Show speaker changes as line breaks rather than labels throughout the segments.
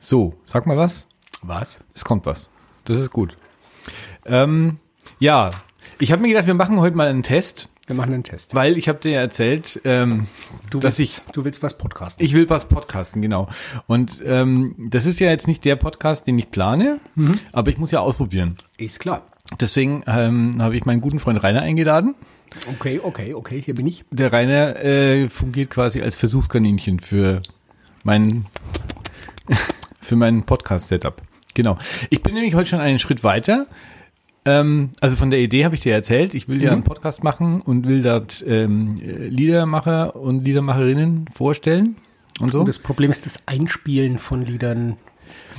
So, sag mal was.
Was?
Es kommt was. Das ist gut. Ähm, ja, ich habe mir gedacht, wir machen heute mal einen Test,
Wir machen einen Test.
weil ich habe dir ja erzählt, ähm,
Du
dass ich
willst, du willst was podcasten.
Ich will was podcasten, genau. Und ähm, das ist ja jetzt nicht der Podcast, den ich plane, aber ich muss ja ausprobieren.
Ist klar.
Deswegen ähm, habe ich meinen guten Freund Rainer eingeladen.
Okay, okay, okay, hier bin ich.
Der Rainer äh, fungiert quasi als Versuchskaninchen für meinen für mein Podcast-Setup. Genau. Ich bin nämlich heute schon einen Schritt weiter. Ähm, also von der Idee habe ich dir erzählt. Ich will ja einen Podcast machen und will dort ähm, äh, Liedermacher und Liedermacherinnen vorstellen und so.
Und das Problem ist das Einspielen von Liedern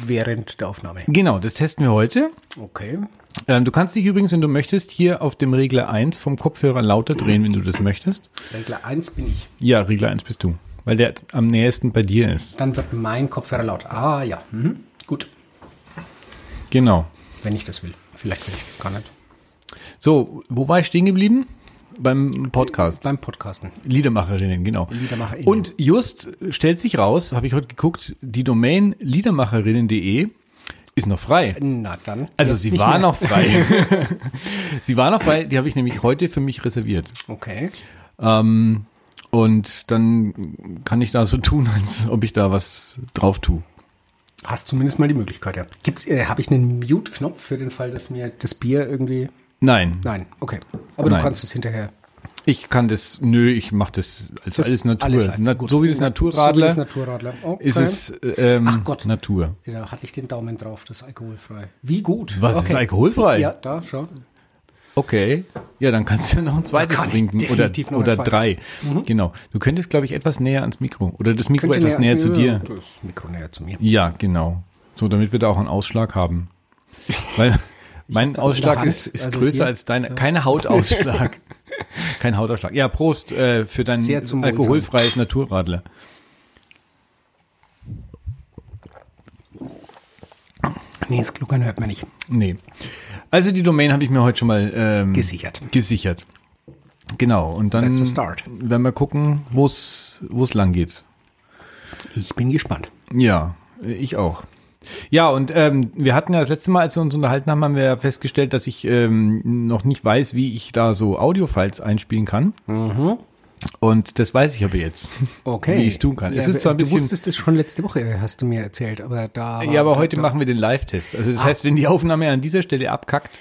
während der Aufnahme.
genau, das testen wir heute.
Okay.
Ähm, du kannst dich übrigens, wenn du möchtest, hier auf dem Regler 1 vom Kopfhörer lauter drehen, wenn du das möchtest.
Regler 1 bin ich.
Ja, Regler 1 bist du, weil der am nächsten bei dir ist.
Dann wird mein Kopfhörer laut. Ah ja, mhm. gut.
Genau.
Wenn ich das will. Vielleicht will ich das gar nicht.
So, wo war ich stehen geblieben? Beim Podcast.
Beim Podcasten.
Liedermacherinnen, genau.
Liedermacherinnen.
Und just stellt sich raus, habe ich heute geguckt, die Domain liedermacherinnen.de ist noch frei.
Na dann.
Also
Jetzt
sie
nicht
war
mehr.
noch frei. sie war noch frei, die habe ich nämlich heute für mich reserviert.
Okay.
Ähm, und dann kann ich da so tun, als ob ich da was drauf tue.
Hast zumindest mal die Möglichkeit, ja. Gibt's, äh, habe ich einen Mute-Knopf für den Fall, dass mir das Bier irgendwie.
Nein,
Nein, okay. Aber
Nein.
du kannst es hinterher.
ich kann das, nö, ich mache das als
Das-
alles Natur.
alles live.
Na,
Gut.
so wie das
Na- So wie
Naturradler
das Naturradler. Okay.
ist es ähm,
Ach Gott.
Natur.
Ja, Da hatte ich den Daumen drauf, das ist alkoholfrei. Wie gut.
Was ist alkoholfrei?
Ja, da, schau.
Okay, ja, dann kannst du ja noch ein zweites
kann ich
trinken oder,
definitiv noch ein
oder
zweites. Mhm.
drei. Genau, du könntest, glaube ich, etwas näher ans Mikro oder das Mikro
Könnt ihr
etwas näher,
ans
zu
Mikro-
dir.
Das Mikro näher zu mir.
Ja, genau. So, damit wir da auch einen Ausschlag haben. Weil mein
da in der
Ausschlag
Hand,
ist, ist
also
größer
hier.
als dein. Kein Hautausschlag. Kein Hautausschlag. Ja, Prost äh, für dein
Sehr zum Wohlsein.
alkoholfreies Naturradler.
Nee, das Gluckern hört man nicht.
Nee. Also die Domain habe ich mir heute schon mal ähm,
Gesichert.
gesichert. Genau. Und dann
That's a start.
werden wir gucken, wo es lang geht.
Ich bin gespannt.
Ja, ich auch. Ja, und ähm, wir hatten ja das letzte Mal, als wir uns unterhalten haben, haben wir ja festgestellt, dass ich ähm, noch nicht weiß, wie ich da so Audiofiles einspielen kann.
Mhm.
Und das weiß ich aber jetzt,
Okay.
wie ich es tun kann. es ist zwar ein
du
bisschen.
wusstest es schon letzte Woche, hast du mir erzählt, aber da.
Ja, aber heute machen wir den Live-Test. Also
Ah.
das heißt, wenn die Aufnahme an dieser Stelle abkackt,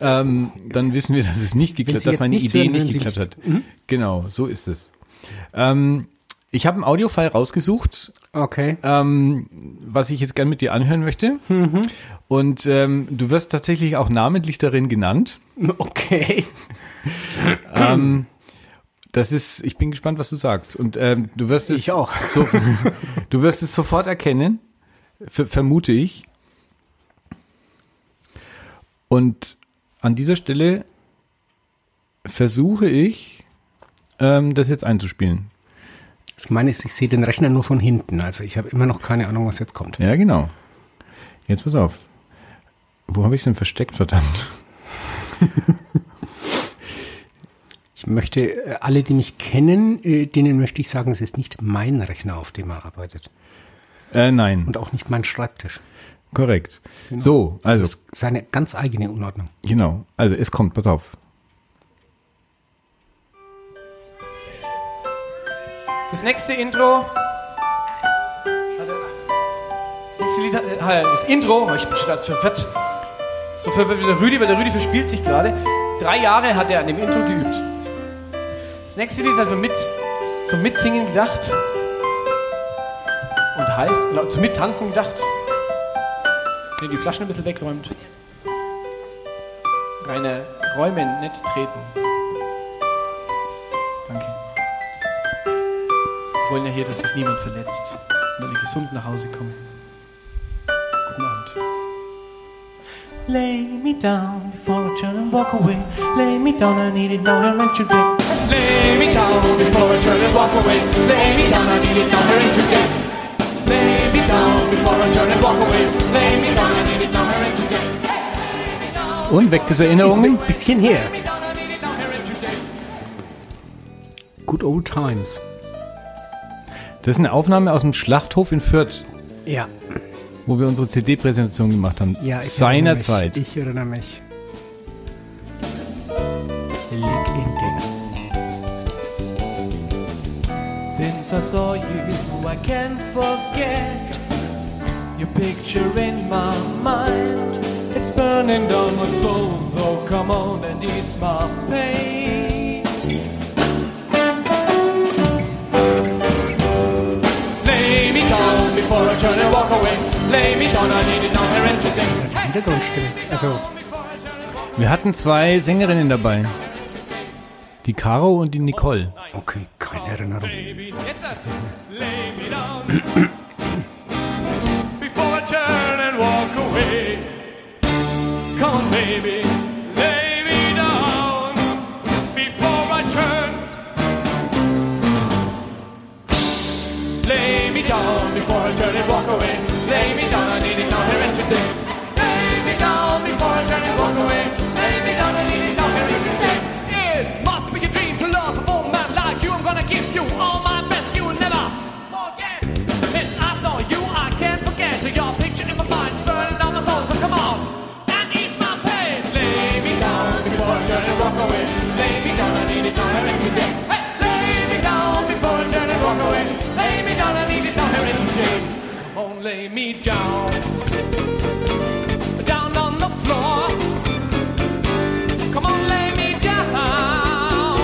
ähm, dann wissen wir, dass es nicht geklappt,
Sie
dass
jetzt
meine
nichts
Idee
hören,
nicht
hören Sie
geklappt hat. Genau, so ist es. Ähm, ich habe einen Audiofile rausgesucht,
Okay.
ähm, was ich jetzt gern mit dir anhören möchte.
Mhm.
Und ähm, du wirst tatsächlich auch namentlich darin genannt.
Okay.
Das ist, ich bin gespannt, was du sagst. Und ähm, du wirst es
Ich auch.
So, du wirst es sofort erkennen, ver vermute ich. Und an dieser Stelle versuche ich, ähm, das jetzt einzuspielen.
Das meine ist, ich sehe den Rechner nur von hinten. Also ich habe immer noch keine Ahnung, was jetzt kommt.
Ja, genau. Jetzt pass auf. Wo habe ich es denn versteckt, verdammt?
Ich möchte, äh, alle, die mich kennen, äh, denen möchte ich sagen, es ist nicht mein Rechner, auf dem er arbeitet.
Äh, nein.
Und auch nicht mein Schreibtisch.
Korrekt.
Genau.
So, also,
Das ist seine ganz eigene Unordnung.
genau. Also, es kommt, pass auf. Das nächste Intro. Das nächste Lied, äh, das Intro. Oh, ich bin schon ganz verwirrt. So verwirrt wie der Rüdi, weil der Rüdi verspielt sich gerade. Drei Jahre hat er an dem Intro geübt. Das nächste Lied ist also mit zum Mitsingen gedacht. Und heißt, genau, zum Mittanzen gedacht. Wenn ihr die Flaschen ein bisschen wegräumt. Reine Räumen, nicht treten. Danke. Wir wollen ja hier, dass sich niemand verletzt und alle gesund nach Hause kommen. Guten Abend.
Lay me down before I turn and walk away. Lay me down, I need it now, and today. Lay me down before I turn and walk away. Lay me down, I need it now, and today. Lay me down before I turn and walk away. Lay me down, I need it now, and today.
Und weg diese
bisschen her.
Lay me down, I need it now, and today.
Good old times.
Das ist eine Aufnahme aus dem Schlachthof in Fürth.
Ja.
wo wir unsere CD-Präsentation gemacht haben.
Ja, ich erinnere mich.
Seinerzeit.
Ich erinnere mich. Legendär.
Since I saw you, I can't forget your picture in my mind. It's burning down my soul, so come on and ease my pain. Lay me down before I turn and walk away. Lay me down, I need it down here and today.
Die Hintergrundstimme. Also,
Wir hatten zwei Sängerinnen dabei. Die Caro und die Nicole.
okay, keine Erinnerung.
Baby, it's us. Lay me down before I turn and walk away. Come on, baby, lay me down before I turn. Lay me down before I turn and walk away. Lay me down, I need it now here and today. Lay me down before I turn and walk away. Lay me down, I need it now here and today. It must be a dream to love a woman like you. I'm gonna give you all my best. You will never forget. Since I saw you, I can't forget. Your picture in my mind's burning down my soul. So come on and ease my pain. Lay me down before I turn and walk away. Lay me down, I need it now here and today. Hey, lay me down before I turn and walk away. Lay me down, I need it now here and today. Come on, lay me down. Down on the floor. Come on, lay me down.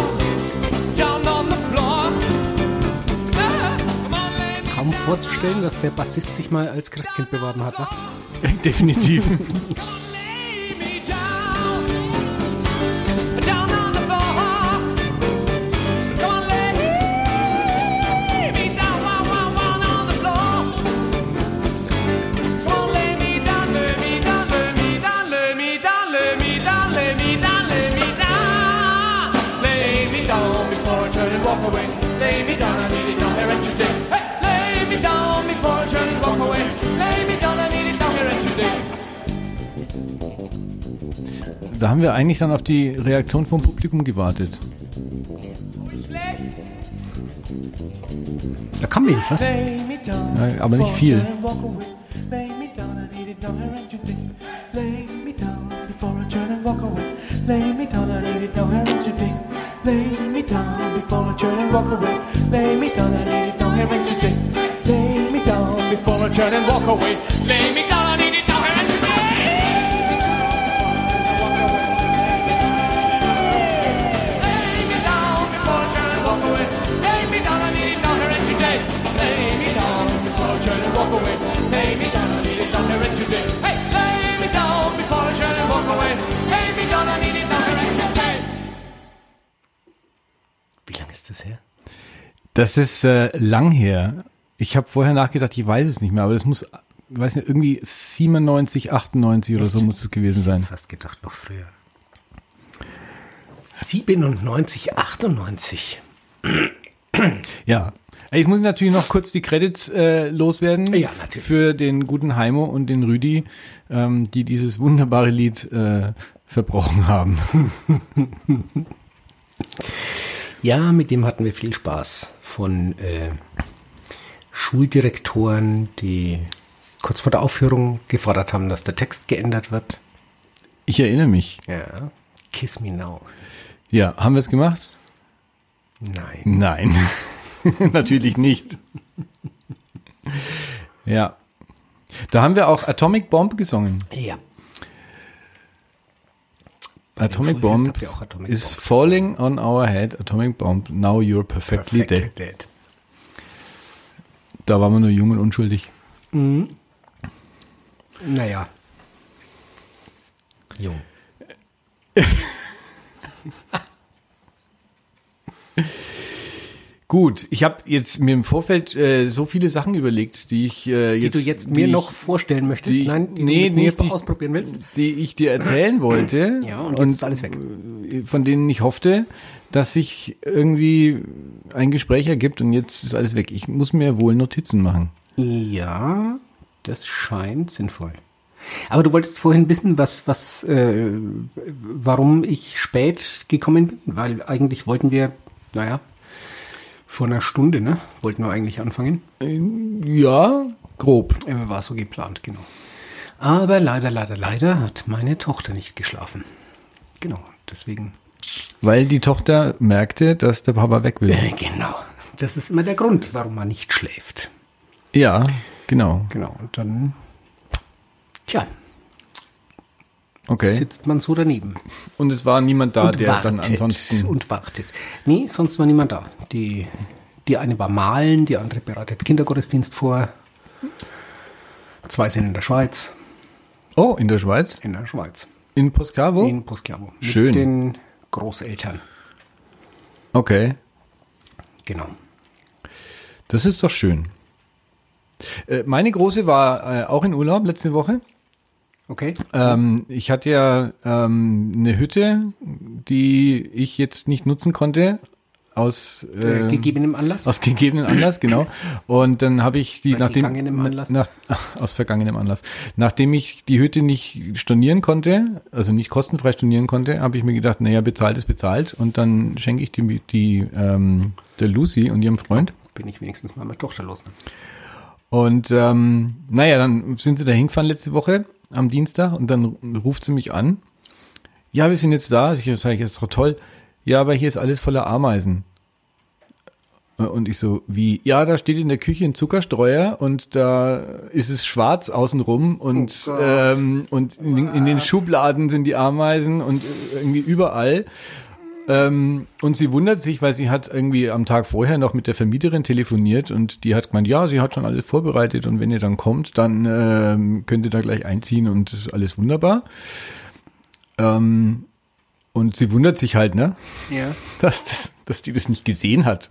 Down on the floor. Come on, lay me
Kaum vorzustellen, dass der Bassist sich mal als Christkind beworben hat. ne? wa?
Definitiv.
Lay me down, down on the floor. Come on, lay me down, wow, wow, wow, on the floor. Come on, lay me down, lay me down, lay me down, lay me down, lay me down, lay me down, lay me down. Lay me down before I turn and walk away. Lay me down, I need it down here and today. Hey, lay me down before I turn and walk away. Lay me down, I need it down here and today.
Da haben wir eigentlich dann auf die Reaktion vom Publikum gewartet.
Da kam wenig, was?
Ja, aber nicht viel.
Turn and walk away. Lay me down, I need it now, here and today. Lay me down before I turn and walk away. Lay me down, I need it down here and today. Lay me down before I turn and walk away. Lay me down, I need it down here and today. Hey, lay me down before I turn and walk away. Lay me down, I need it down here and today.
Wie lange ist das her?
Das ist äh, lang her. Ich habe vorher nachgedacht, ich weiß es nicht mehr, aber das muss, ich weiß nicht, irgendwie 97, 98 oder so muss es gewesen sein.
Fast gedacht, noch früher. 97, 98.
Ja. Ey, Ich muss natürlich noch kurz die Credits äh, loswerden
Ja, natürlich.
für den guten Heimo und den Rüdi, ähm, die dieses wunderbare Lied äh, verbrochen haben.
Ja, mit dem hatten wir viel Spaß. Von äh, Schuldirektoren, die kurz vor der Aufführung gefordert haben, dass der Text geändert wird.
Ich erinnere mich.
Ja. Kiss me now.
Ja, haben wir es gemacht?
Nein.
Nein, natürlich nicht. ja. Da haben wir auch Atomic Bomb gesungen.
Ja.
Atomic
Schulfest
Bomb
habt ihr auch Atomic
is
Bomb
falling on our head. Atomic Bomb, now you're perfectly dead.
Perfect Dead.
Da waren wir nur jung und unschuldig.
Naja. Jung.
Gut, ich habe jetzt mir im Vorfeld äh, so viele Sachen überlegt, die ich äh,
Die
jetzt,
du jetzt mir
die
noch
ich,
vorstellen möchtest?
die ich,
Nein, die
nee,
du mit
nee,
mir
die, ich-
ausprobieren willst?
die ich dir erzählen wollte.
Ja, und jetzt ist alles weg.
äh, Von denen ich hoffte, dass sich irgendwie ein Gespräch ergibt und jetzt ist alles weg. Ich muss mir wohl Notizen machen.
Ja, das scheint sinnvoll. Aber du wolltest vorhin wissen, was, was, äh, warum ich spät gekommen bin, weil eigentlich wollten wir, naja, vor einer Stunde, ne, wollten wir eigentlich anfangen.
Ja, Grob.
Äh, War so geplant, genau. Aber leider, leider, leider hat meine Tochter nicht geschlafen. Genau, deswegen.
Weil die Tochter merkte, dass der Papa weg will.
Äh, genau. Das ist immer der Grund, warum man nicht schläft.
Ja, genau.
Genau, und dann. Tja,
Okay.
sitzt man so daneben.
Und es war niemand da, der dann ansonsten.
Und wartet. Nee, sonst war niemand da. Die, die eine war malen, die andere bereitet Kindergottesdienst vor. Zwei sind in der Schweiz.
Oh, in der Schweiz?
In der Schweiz.
In Poscavo?
In Poschiavo.
Oh. Schön.
Mit den Großeltern.
okay.
Genau.
Das ist doch schön. Äh, meine Große war äh, auch in Urlaub letzte Woche.
Okay.
Ähm, ich hatte ja ähm, eine Hütte, die ich jetzt nicht nutzen konnte. Aus,
Äh,
ähm,
Gegebenem Anlass.
Aus gegebenen Anlass, genau. Und dann habe ich die
Bei
nachdem
vergangenem Anlass?
Nach, aus vergangenem Anlass. Nachdem ich die Hütte nicht stornieren konnte, also nicht kostenfrei stornieren konnte, habe ich mir gedacht, naja, bezahlt ist bezahlt. Und dann schenke ich die, die ähm, der Lucy und ihrem Freund.
Bin ich wenigstens mal meine Tochter los.
Und ähm, naja, dann sind sie da hingefahren letzte Woche am Dienstag und dann ruft sie mich an. Ja, wir sind jetzt da. Ich sage, ist doch toll. Ja, aber hier ist alles voller Ameisen. Äh, Und ich so, wie, ja, da steht in der Küche ein Zuckerstreuer und da ist es schwarz außenrum und,
Oh Gott.
ähm, und in, den- in den Schubladen sind die Ameisen und äh, irgendwie überall. Ähm, und sie wundert sich, weil sie hat irgendwie am Tag vorher noch mit der Vermieterin telefoniert und die hat gemeint, ja, sie hat schon alles vorbereitet und wenn ihr dann kommt, dann ähm, könnt ihr da gleich einziehen und das ist alles wunderbar. Ähm, und sie wundert sich halt, ne,
Ja.
dass, das, dass die das nicht gesehen hat.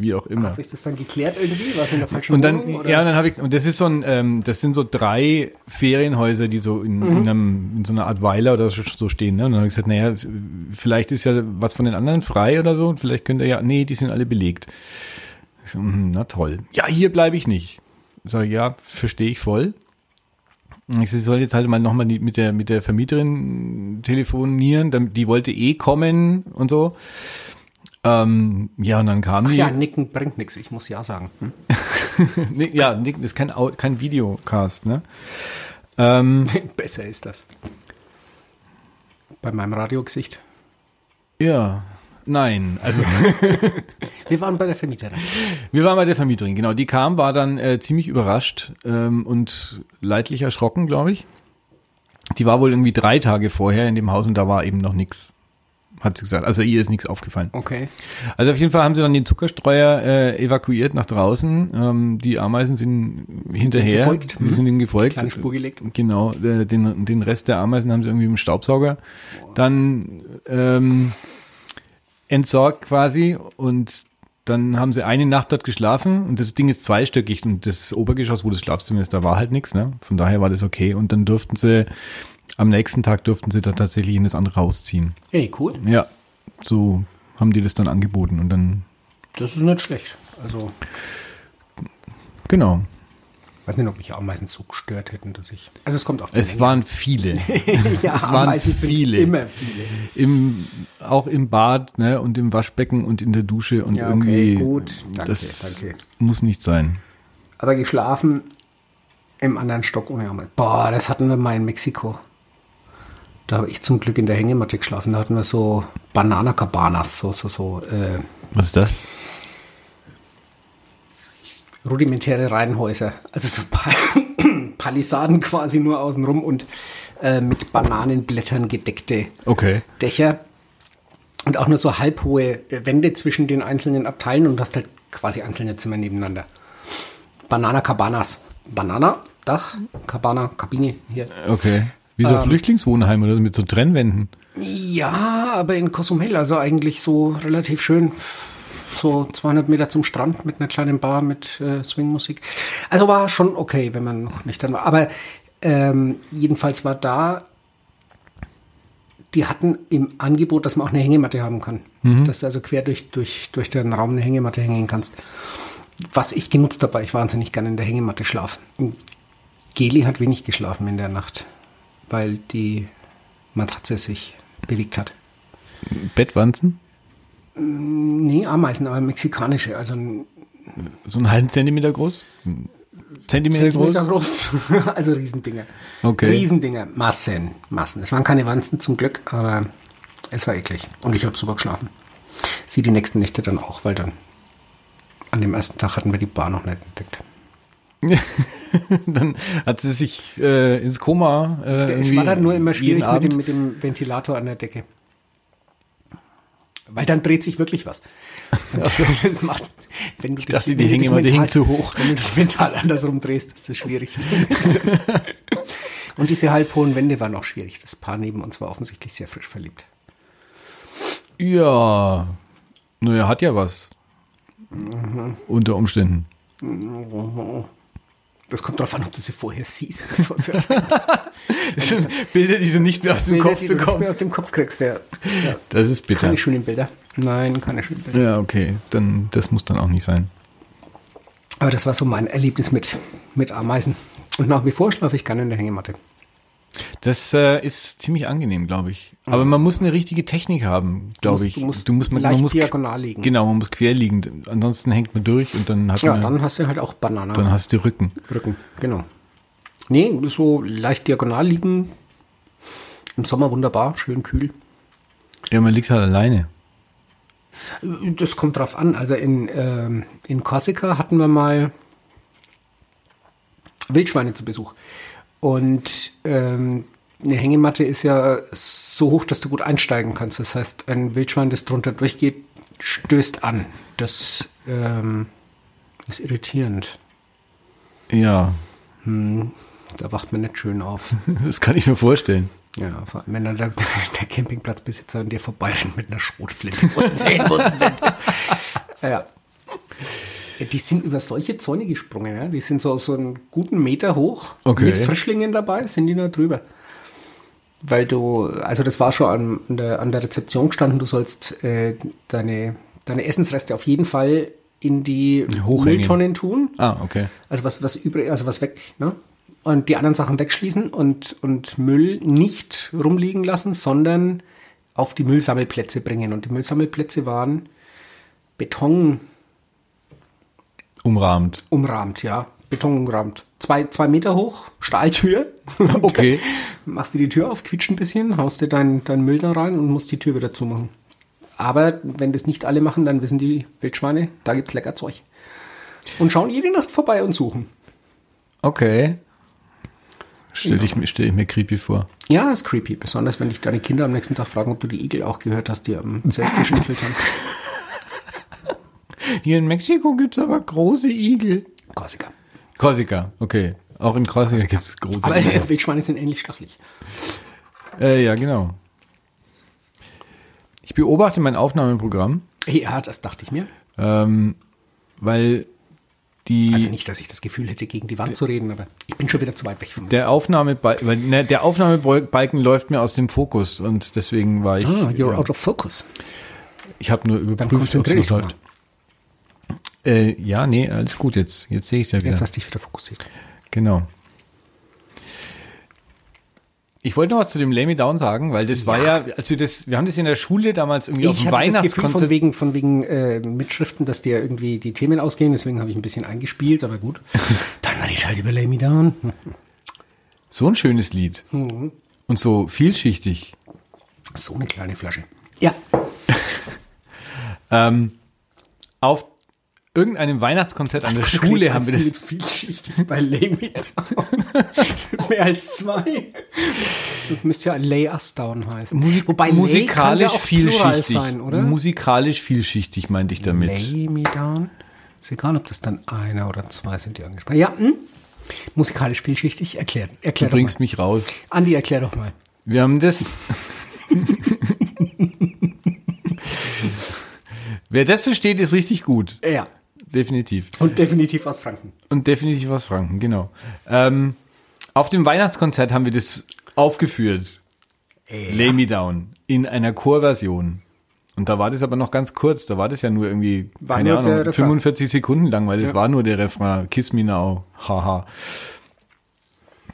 Wie auch immer.
Hat sich das dann geklärt irgendwie? War es in der falschen
Und dann,
Wohnung? oder?
ja, und dann habe ich, und das ist so ein, ähm, das sind so drei Ferienhäuser, die so in, in, einem, in so einer Art Weiler oder so, so stehen. Ne? Und dann habe ich gesagt, naja, vielleicht ist ja was von den anderen frei oder so. Und vielleicht könnt ihr ja, nee, die sind alle belegt. Ich so, mhm, na toll. Ja, hier bleibe ich nicht. So, ja, verstehe ich voll. Und Ich so, ich soll jetzt halt mal nochmal mit der, mit der Vermieterin telefonieren, damit- die wollte eh kommen und so. Ähm, ja, und dann kam die.
ja, nicken bringt nichts. Ich muss ja sagen. Hm?
Nee, ja, nee, das ist kein, Au- kein Videocast, ne? Ähm,
Hm? Besser ist das. Bei meinem Radiogesicht.
ja, nein. Also,
Wir waren bei der Vermieterin.
wir waren bei der Vermieterin, genau. Die kam, war dann äh, ziemlich überrascht ähm, und leidlich erschrocken, glaube ich. Die war wohl irgendwie drei Tage vorher in dem Haus und da war eben noch nichts, hat sie gesagt. Also ihr ist nichts aufgefallen.
Okay.
Also auf jeden Fall haben sie dann den Zuckerstreuer äh, evakuiert nach draußen. Ähm, die Ameisen sind, hinterher.
gefolgt.
Die sind ihnen gefolgt.
Kleine Spur gelegt.
Genau, äh, den, den Rest der Ameisen haben sie irgendwie im Staubsauger dann ähm, entsorgt quasi und dann haben sie eine Nacht dort geschlafen und das Ding ist zweistöckig und das Obergeschoss, wo das Schlafzimmer ist, da war halt nichts, ne? Von daher war das okay und dann durften sie, am nächsten Tag durften sie da tatsächlich in das andere Haus ziehen.
Hey, cool.
Ja, so haben die das dann angeboten und dann,
Das ist nicht schlecht. Also,
genau.
weiß nicht, ob mich Ameisen so gestört hätten, dass ich. Also, es kommt auf die
Es waren viele.
ja,
es waren
Ameisen sind
viele.
Immer viele.
Im, auch im Bad ne, und im Waschbecken und in der Dusche und
Ja, okay,
irgendwie.
gut. Danke,
das
danke.
muss nicht sein.
Aber geschlafen im anderen Stock ohne Ameisen. Boah, das hatten wir mal in Mexiko. Da habe ich zum Glück in der Hängematte geschlafen. Da hatten wir so Bananacabanas, so, so, so äh,
Was ist das?
rudimentäre Reihenhäuser. Also so Pa- Palisaden quasi nur außenrum und äh, mit Bananenblättern gedeckte
Okay.
Dächer und auch nur so halbhohe äh, Wände zwischen den einzelnen Abteilen und du hast halt quasi einzelne Zimmer nebeneinander. Banana Cabanas. Banana, Dach, Cabana, Kabine hier.
Okay. Wie
Ähm.
so Flüchtlingswohnheim oder so mit so Trennwänden.
Ja, aber in Cozumel, also eigentlich so relativ schön. So 200 Meter zum Strand mit einer kleinen Bar mit äh, Swingmusik. Also war schon okay, wenn man noch nicht dann war. Aber ähm, jedenfalls war da, die hatten im Angebot, dass man auch eine Hängematte haben kann. Dass du also quer durch, durch, durch den Raum eine Hängematte hängen kannst. Was ich genutzt habe, weil ich wahnsinnig gerne in der Hängematte schlafen. Geli hat wenig geschlafen in der Nacht, weil die Matratze sich bewegt hat.
Bettwanzen.
Nee, Ameisen, aber mexikanische. Also
So einen halben Zentimeter groß. Zentimeter groß?
Zentimeter groß. also Riesendinger.
Okay.
Riesendinger. Massen. Massen. Es waren keine Wanzen zum Glück, aber es war eklig. Und ich habe super geschlafen. Sie die nächsten Nächte dann auch, weil dann an dem ersten Tag hatten wir die Bar noch nicht entdeckt.
dann hat sie sich äh, ins Koma. Äh,
es
irgendwie
war dann nur immer schwierig
jeden
mit dem,
Abend.
mit dem Ventilator an der Decke. Weil dann dreht sich wirklich was. Also, Das macht, wenn du ich
dachte, die hängen immer- die hängen zu hoch.
Wenn du dich mental andersrum drehst, ist das schwierig. Und diese halbhohen Wände waren auch schwierig. Das Paar neben uns war offensichtlich sehr frisch verliebt.
Ja. Naja, hat ja was.
Mhm.
Unter Umständen.
Das kommt drauf an, ob du sie vorher siehst. bevor sie-
Das sind Bilder, die du nicht mehr aus dem
Also Bilder,
Kopf
die du nicht mehr aus
bekommst.
dem Kopf kriegst. Ja. Ja.
Das ist bitter.
Keine schönen Bilder. Nein, keine schönen Bilder.
Ja, okay. Dann, das muss dann auch nicht sein.
Aber das war so mein Erlebnis mit, mit Ameisen. Und nach wie vor schlafe ich gerne in der Hängematte.
Das äh, ist ziemlich angenehm, glaube ich. Aber man muss eine richtige Technik haben, glaube ich.
du musst
man,
leicht
man muss
diagonal liegen.
Genau, man muss querliegend. Ansonsten hängt man durch und dann hat
Ja,
man,
dann hast du halt auch Banane
dann hast du Rücken.
Rücken. Genau. Nee, so leicht diagonal liegen. Im Sommer wunderbar, schön kühl.
Ja, man liegt halt alleine.
Das kommt drauf an. Also in, ähm, in Korsika hatten wir mal Wildschweine zu Besuch. Und ähm, eine Hängematte ist ja so hoch, dass du gut einsteigen kannst. Das heißt, ein Wildschwein, das drunter durchgeht, stößt an. Das ähm, ist irritierend.
Ja,
Da wacht man nicht schön auf.
das kann ich mir vorstellen.
Ja, vor allem, wenn dann der, der Campingplatzbesitzer an dir vorbeirennt mit einer Schrotflinte. Wo sind sie hin, wo sind sie hin? ja. Die sind über solche Zäune gesprungen, ja. Die sind so auf so einen guten Meter hoch.
Okay.
Mit Frischlingen dabei sind die noch drüber. Weil du, also das war schon an, an, der, an der Rezeption gestanden, du sollst äh, deine, deine Essensreste auf jeden Fall in die
Hochhängen.
Mülltonnen tun.
Ah, okay.
Also was, was übrig, also was weg, ne? Und die anderen Sachen wegschließen und, und Müll nicht rumliegen lassen, sondern auf die Müllsammelplätze bringen. Und die Müllsammelplätze waren Beton
Umrahmt.
umrahmt, ja. Beton umrahmt. Zwei, zwei Meter hoch, Stahltür.
Okay.
Machst dir die Tür auf, quietscht ein bisschen, haust dir deinen dein Müll da rein und musst die Tür wieder zumachen. Aber wenn das nicht alle machen, dann wissen die Wildschweine, da gibt's lecker Zeug. Und schauen jede Nacht vorbei und suchen.
Okay. Stell, ich, mir- stell ich mir creepy vor.
Ja, ist creepy, besonders wenn dich deine Kinder am nächsten Tag fragen, ob du die Igel auch gehört hast, die am Zelt geschnüffelt haben.
Hier in Mexiko gibt's aber große Igel.
Korsika.
Korsika, okay. Auch in Korsika gibt's große
Aber
Igel.
äh, Wildschweine sind ähnlich stachelig.
Äh, ja, genau. Ich beobachte mein Aufnahmeprogramm,
Ja, das dachte ich mir.
ähm, weil die
Also nicht, dass ich das Gefühl hätte, gegen die Wand zu reden, aber ich bin schon wieder zu weit weg vom
der Aufnahmebalken, weil, ne, der Aufnahmebalken läuft mir aus dem Fokus und deswegen war ich
Ah, you're
ja,
out of focus.
ich habe nur überprüft, ob's
konzentrier
noch
dich doch
läuft. Äh, ja, nee, alles gut jetzt. Jetzt sehe ich ja wieder.
Jetzt hast du dich wieder fokussiert.
Genau. Ich wollte noch was zu dem Lay Me Down sagen, weil das war ja, als wir das, wir haben das in der Schule damals irgendwie auf
Ich
dem
hatte das Gefühl von
Weihnachtskonzert.
wegen, von wegen äh, Mitschriften, dass dir irgendwie die Themen ausgehen, deswegen habe ich ein bisschen eingespielt, aber gut. Dann rede ich halt über Lay Me Down.
So ein schönes Lied.
Mhm.
Und so vielschichtig.
So eine kleine Flasche. Ja,
Auf irgendeinem Weihnachtskonzert an der Schule haben wir das.
vielschichtig bei Lay Me Down. Mehr als zwei. Das müsste ja Lay Us Down heißen. Wobei
musikalisch
Plural
vielschichtig.
sein, oder?
Musikalisch vielschichtig meinte ich damit.
Lay Me Down. Ist egal, ob das dann einer oder zwei sind, die angesprochen Ja, hm? musikalisch vielschichtig. Erklär,
Du
erklär doch mal.
bringst mich raus.
Andi, erklär doch mal.
Wir haben das. Wer das versteht, ist richtig gut.
Ja.
Definitiv.
Und definitiv aus Franken.
Und definitiv aus Franken, genau. Ähm, auf dem Weihnachtskonzert haben wir das aufgeführt. Lay Me Down. In einer Chorversion. Und da war das aber noch ganz kurz. Da war das ja nur irgendwie,
War
keine
nur der
Ahnung,
Refrain.
45 Sekunden lang, weil das war nur der Refrain. Kiss Me Now. Haha.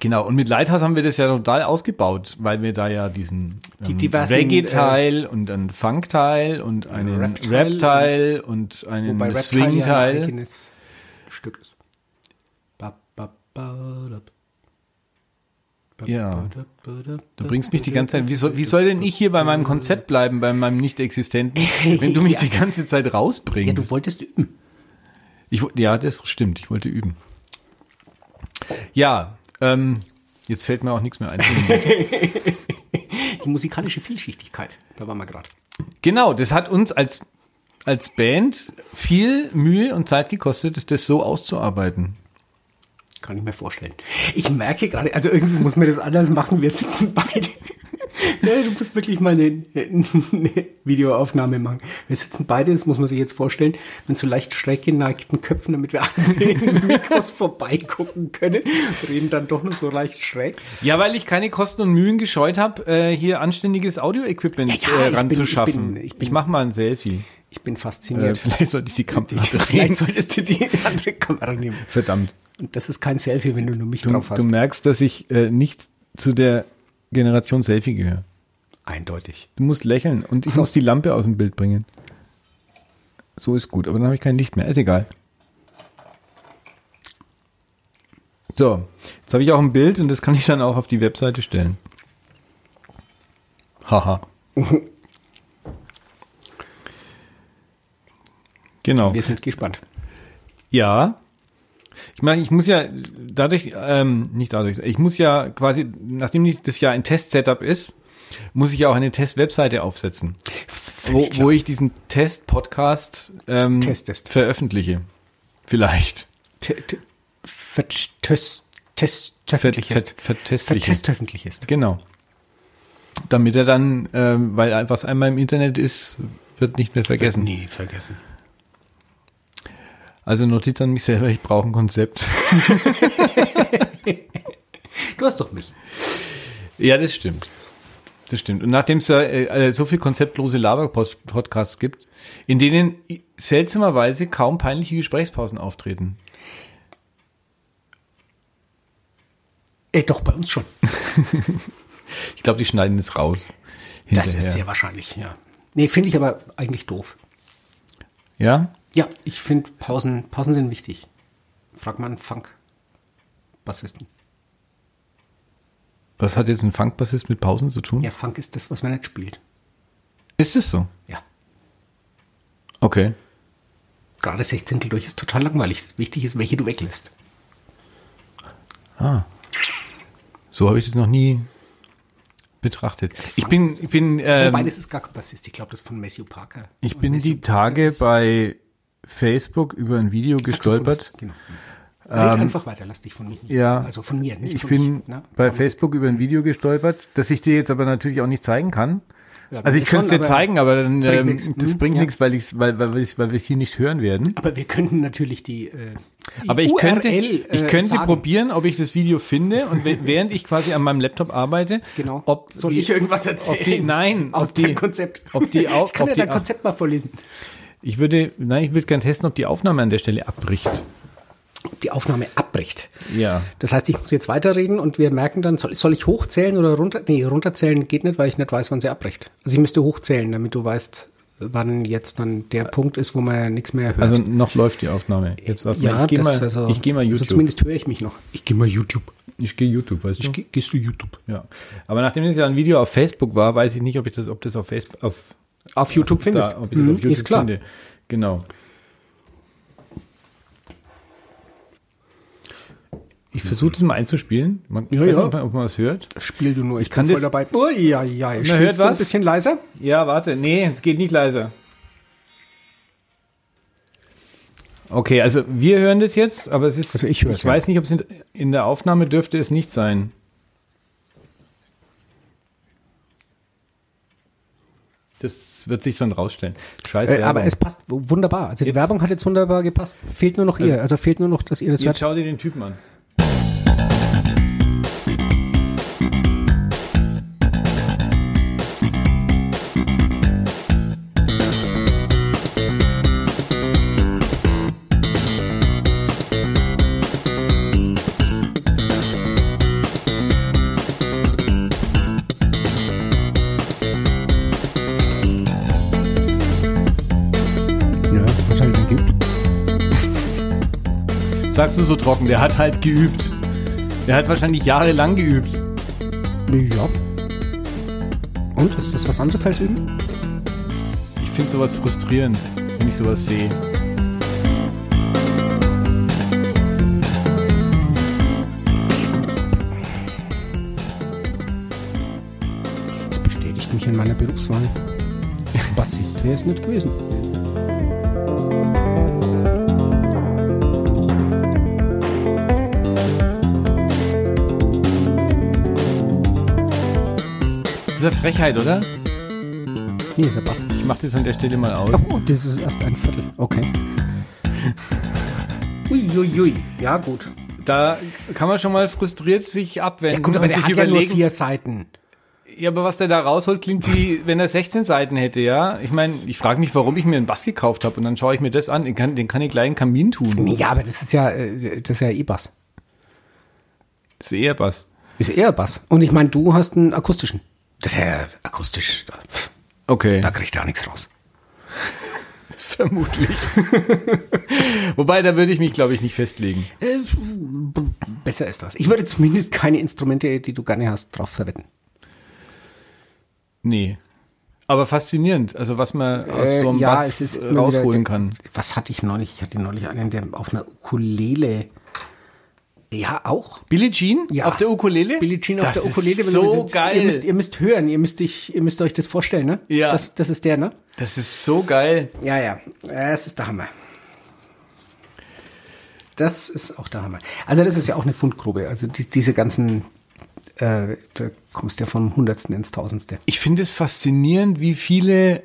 Genau. Und mit Lighthouse haben wir das ja total ausgebaut, weil wir da ja diesen ähm,
diversen, äh,
Reggae-Teil und einen Funk-Teil und einen
Rap-Teil
Rap-Teil und einen
Wobei Reptile ja ein
Swing-Teil.
eigenes Stück ist. Ba,
Ja. Du bringst mich die ganze Zeit. Wie soll, wie soll denn ich hier bei meinem Konzept bleiben, bei meinem Nicht-Existenten, wenn du mich die ganze Zeit
Ja,
rausbringst?
du wolltest üben.
Ich, wo- ja, das stimmt. Ich wollte üben. Ja, ähm, jetzt fällt mir auch nichts mehr ein.
Die musikalische Vielschichtigkeit. Da waren wir gerade.
genau, das hat uns als, als Band viel Mühe und Zeit gekostet, das so auszuarbeiten.
Kann ich mir vorstellen. Ich merke gerade, also irgendwie muss man das anders machen. Wir sitzen beide. Ja, du musst wirklich mal eine, eine Videoaufnahme machen. Wir sitzen beide, das muss man sich jetzt vorstellen, mit so leicht schräg geneigten Köpfen, damit wir an den Mikros vorbeigucken können. Reden dann doch nur so leicht schräg.
Ja, weil ich keine Kosten und Mühen gescheut habe, äh, hier anständiges Audio-Equipment
Ja, ja,
äh,
ich
ranzuschaffen.
bin- ich
ich
bin- ich bin-
mach mal ein Selfie.
Ich bin
Äh,
fasziniert.
vielleicht sollte ich die Kamera
Vielleicht solltest du die andere Kamera nehmen.
Verdammt.
Und das ist kein Selfie, wenn du nur mich
Du,
drauf hast.
du merkst, dass ich äh, nicht zu der Generation Selfie gehöre.
Eindeutig.
Du musst lächeln und ich muss die Lampe aus dem Bild bringen. So ist gut, aber dann habe ich kein Licht mehr. Ist egal. So, jetzt habe ich auch ein Bild und das kann ich dann auch auf die Webseite stellen. Haha. genau.
Wir sind gespannt.
Ja. Ich meine, ich muss ja dadurch, ähm, nicht dadurch, ich muss ja quasi, nachdem dies- das ja ein Test-Setup ist, muss ich ja auch eine Test-Webseite aufsetzen, wo, wo ich diesen Test-Podcast ähm,
Testest.
veröffentliche. Vielleicht.
Te- te- vertös- tes- töffentlich
Ver-
ist.
ver- vertestlich
Vertest öffentlich ist.
Genau. Damit er dann, ähm, weil ein- was einmal im Internet ist, wird nicht mehr vergessen.
Nee, vergessen.
Also Notiz an mich selber, ich brauche ein Konzept.
Du hast doch mich.
Ja, das stimmt. Das stimmt. Und nachdem es ja äh, äh, so viel konzeptlose Laber-Podcasts gibt, in denen i- seltsamerweise kaum peinliche Gesprächspausen auftreten.
Äh, doch, bei uns schon.
Ich glaube, die schneiden das raus.
Das
hinterher.
ist sehr wahrscheinlich, ja. Nee, finde ich aber eigentlich doof.
Ja?
Ja, ich finde Pausen, Pausen sind wichtig. Frag mal einen Funk-Bassisten.
Was hat jetzt ein Funkbassist mit Pausen zu tun?
Ja, Funk ist das, was man nicht spielt.
Ist es so?
Ja.
Okay.
Gerade 16 durch ist total langweilig. Wichtig ist, welche du weglässt.
So habe ich das noch nie betrachtet. Ich bin, ich bin,
also, Wobei,
ähm,
das ist gar kein Bassist. Ich glaube, das ist von Matthew Parker.
ich
Und
bin
Matthew
die Tage bei Facebook über ein Video gestolpert. Ähm,
Saxophonist, Genau. Red einfach weiter, lass dich von mir. nicht-
Ja.
Also von mir, nicht
Ich
von
bin
mich, ne?
bei
Sondern-
Facebook über ein Video gestolpert, das ich dir jetzt aber natürlich auch nicht zeigen kann.
Ja,
also ich
schon,
könnte es dir
aber-
zeigen, aber dann,
bringt
ähm,
nix.
das
Mhm,
bringt
ja.
nichts, weil, ich's- weil, weil, wir's- weil wir es hier nicht hören werden.
Aber wir könnten natürlich die. Äh, die
Aber ich könnte,
URL,
ich
äh,
könnte
sagen.
probieren, ob ich das Video finde und we- während ich quasi an meinem Laptop arbeite,
Genau.
ob
Soll
die-
ich irgendwas
ob
erzählen?
die, nein,
Aus
ob die,
dem Konzept.
ob die auch-
ich
ob
kann dir
die
dein
auch-
Konzept mal vorlesen.
Ich würde, nein, ich würde gerne testen, ob die Aufnahme an der Stelle abbricht.
Ob die Aufnahme abbricht.
Ja.
Das heißt, ich muss jetzt weiterreden und wir merken dann, soll, soll ich hochzählen oder runter? Nee, runterzählen geht nicht, weil ich nicht weiß, wann sie abbricht. Also ich müsste hochzählen, damit du weißt, wann jetzt dann der Punkt ist, wo man nichts mehr hört.
Äh, Also noch läuft die Aufnahme. Jetzt warte mal, ich gehe mal, ich gehe mal
Also
YouTube.
zumindest höre ich mich noch. Ich gehe mal YouTube.
ich gehe YouTube, weißt du?
Ge gehst du YouTube?
Ja. Aber nachdem das ja ein Video auf Facebook war, weiß ich nicht, ob ich das, ob das auf Facebook, auf,
Auf YouTube findest
da,
du. Mhm,
ob ich das auf YouTube
ist klar.
finde. Genau. Ich versuche das mal einzuspielen. Man, ich
Ja,
weiß
ja.
nicht, ob man- ob man was hört.
Spiel du nur, ich
kann
bin voll
das-
dabei. Oh, ja, ja, ja.
hört
Spielst du ein
was?
bisschen leiser?
Ja, warte. Nee, es geht nicht leiser. Okay, also wir hören das jetzt, aber es ist.
Also ich höre es,
Ich
ja.
weiß nicht, ob es in, in der Aufnahme dürfte es nicht sein. Das wird sich dann rausstellen. Scheiße.
Äh, aber
Werbung.
es passt w- wunderbar. Also die Werbung hat jetzt wunderbar gepasst. Fehlt nur noch ihr. Also fehlt nur noch, dass ihr das
Jetzt
hört.
schau dir den Typen an.
Ja, was halt gibt.
Sagst du so trocken, der hat halt geübt. Der hat wahrscheinlich jahrelang geübt.
Ja. Und ist das was anderes als üben?
Ich finde sowas frustrierend, wenn ich sowas sehe.
Das bestätigt mich in meiner Berufswahl. Bassist wäre es nicht gewesen.
Das ist ja Frechheit, oder?
Nee, ist der Bass.
Ich mache das an der Stelle mal aus.
Oh, das ist erst ein Viertel. Okay. Uiuiui. Ja, gut.
Da kann man schon mal frustriert sich abwenden
Ja, gut, aber
und
der
sich
hat ja nur
überlegen.
vier Seiten.
Ja, aber was der da rausholt, klingt wie, wenn er 16 Seiten hätte, ja? Ich meine, ich frage mich, warum ich mir einen Bass gekauft habe und dann schaue ich mir das an, den kann, den kann ich gleich in den Kamin tun.
Nee, ja, aber das ist ja, äh, das ist ja eh Bass.
Das ist eher Bass.
Ist eher Bass. Und ich meine, du hast einen akustischen. Das ist ja akustisch. Da, pff,
Okay.
da kriegt da nichts raus.
Vermutlich. Wobei, da würde ich mich, glaube ich, nicht festlegen.
Äh, b- besser ist das. Ich würde zumindest keine Instrumente, die du gerne hast, drauf verwenden.
Nee. Aber faszinierend, also was man aus so einem
ja,
Bass
es ist
äh,
immer
rausholen
wieder-
kann.
Was hatte ich neulich? Ich hatte neulich einen, der auf einer Ukulele. Ja, auch.
Billie Jean
Ja.
auf der Ukulele?
Billie Jean auf
das
der Ukulele.
Ist
wenn
so
man sitzt.
geil.
Ihr müsst, ihr müsst hören, ihr müsst, dich, ihr müsst euch das vorstellen, ne?
Ja.
Das, das ist der, ne?
das ist so geil.
Ja, ja. Es ist der Hammer. Das ist auch der Hammer. Also das ist ja auch eine Fundgrube. Also die, diese ganzen, äh, da kommst du ja vom Hundertsten ins Tausendste.
Ich finde es faszinierend, wie viele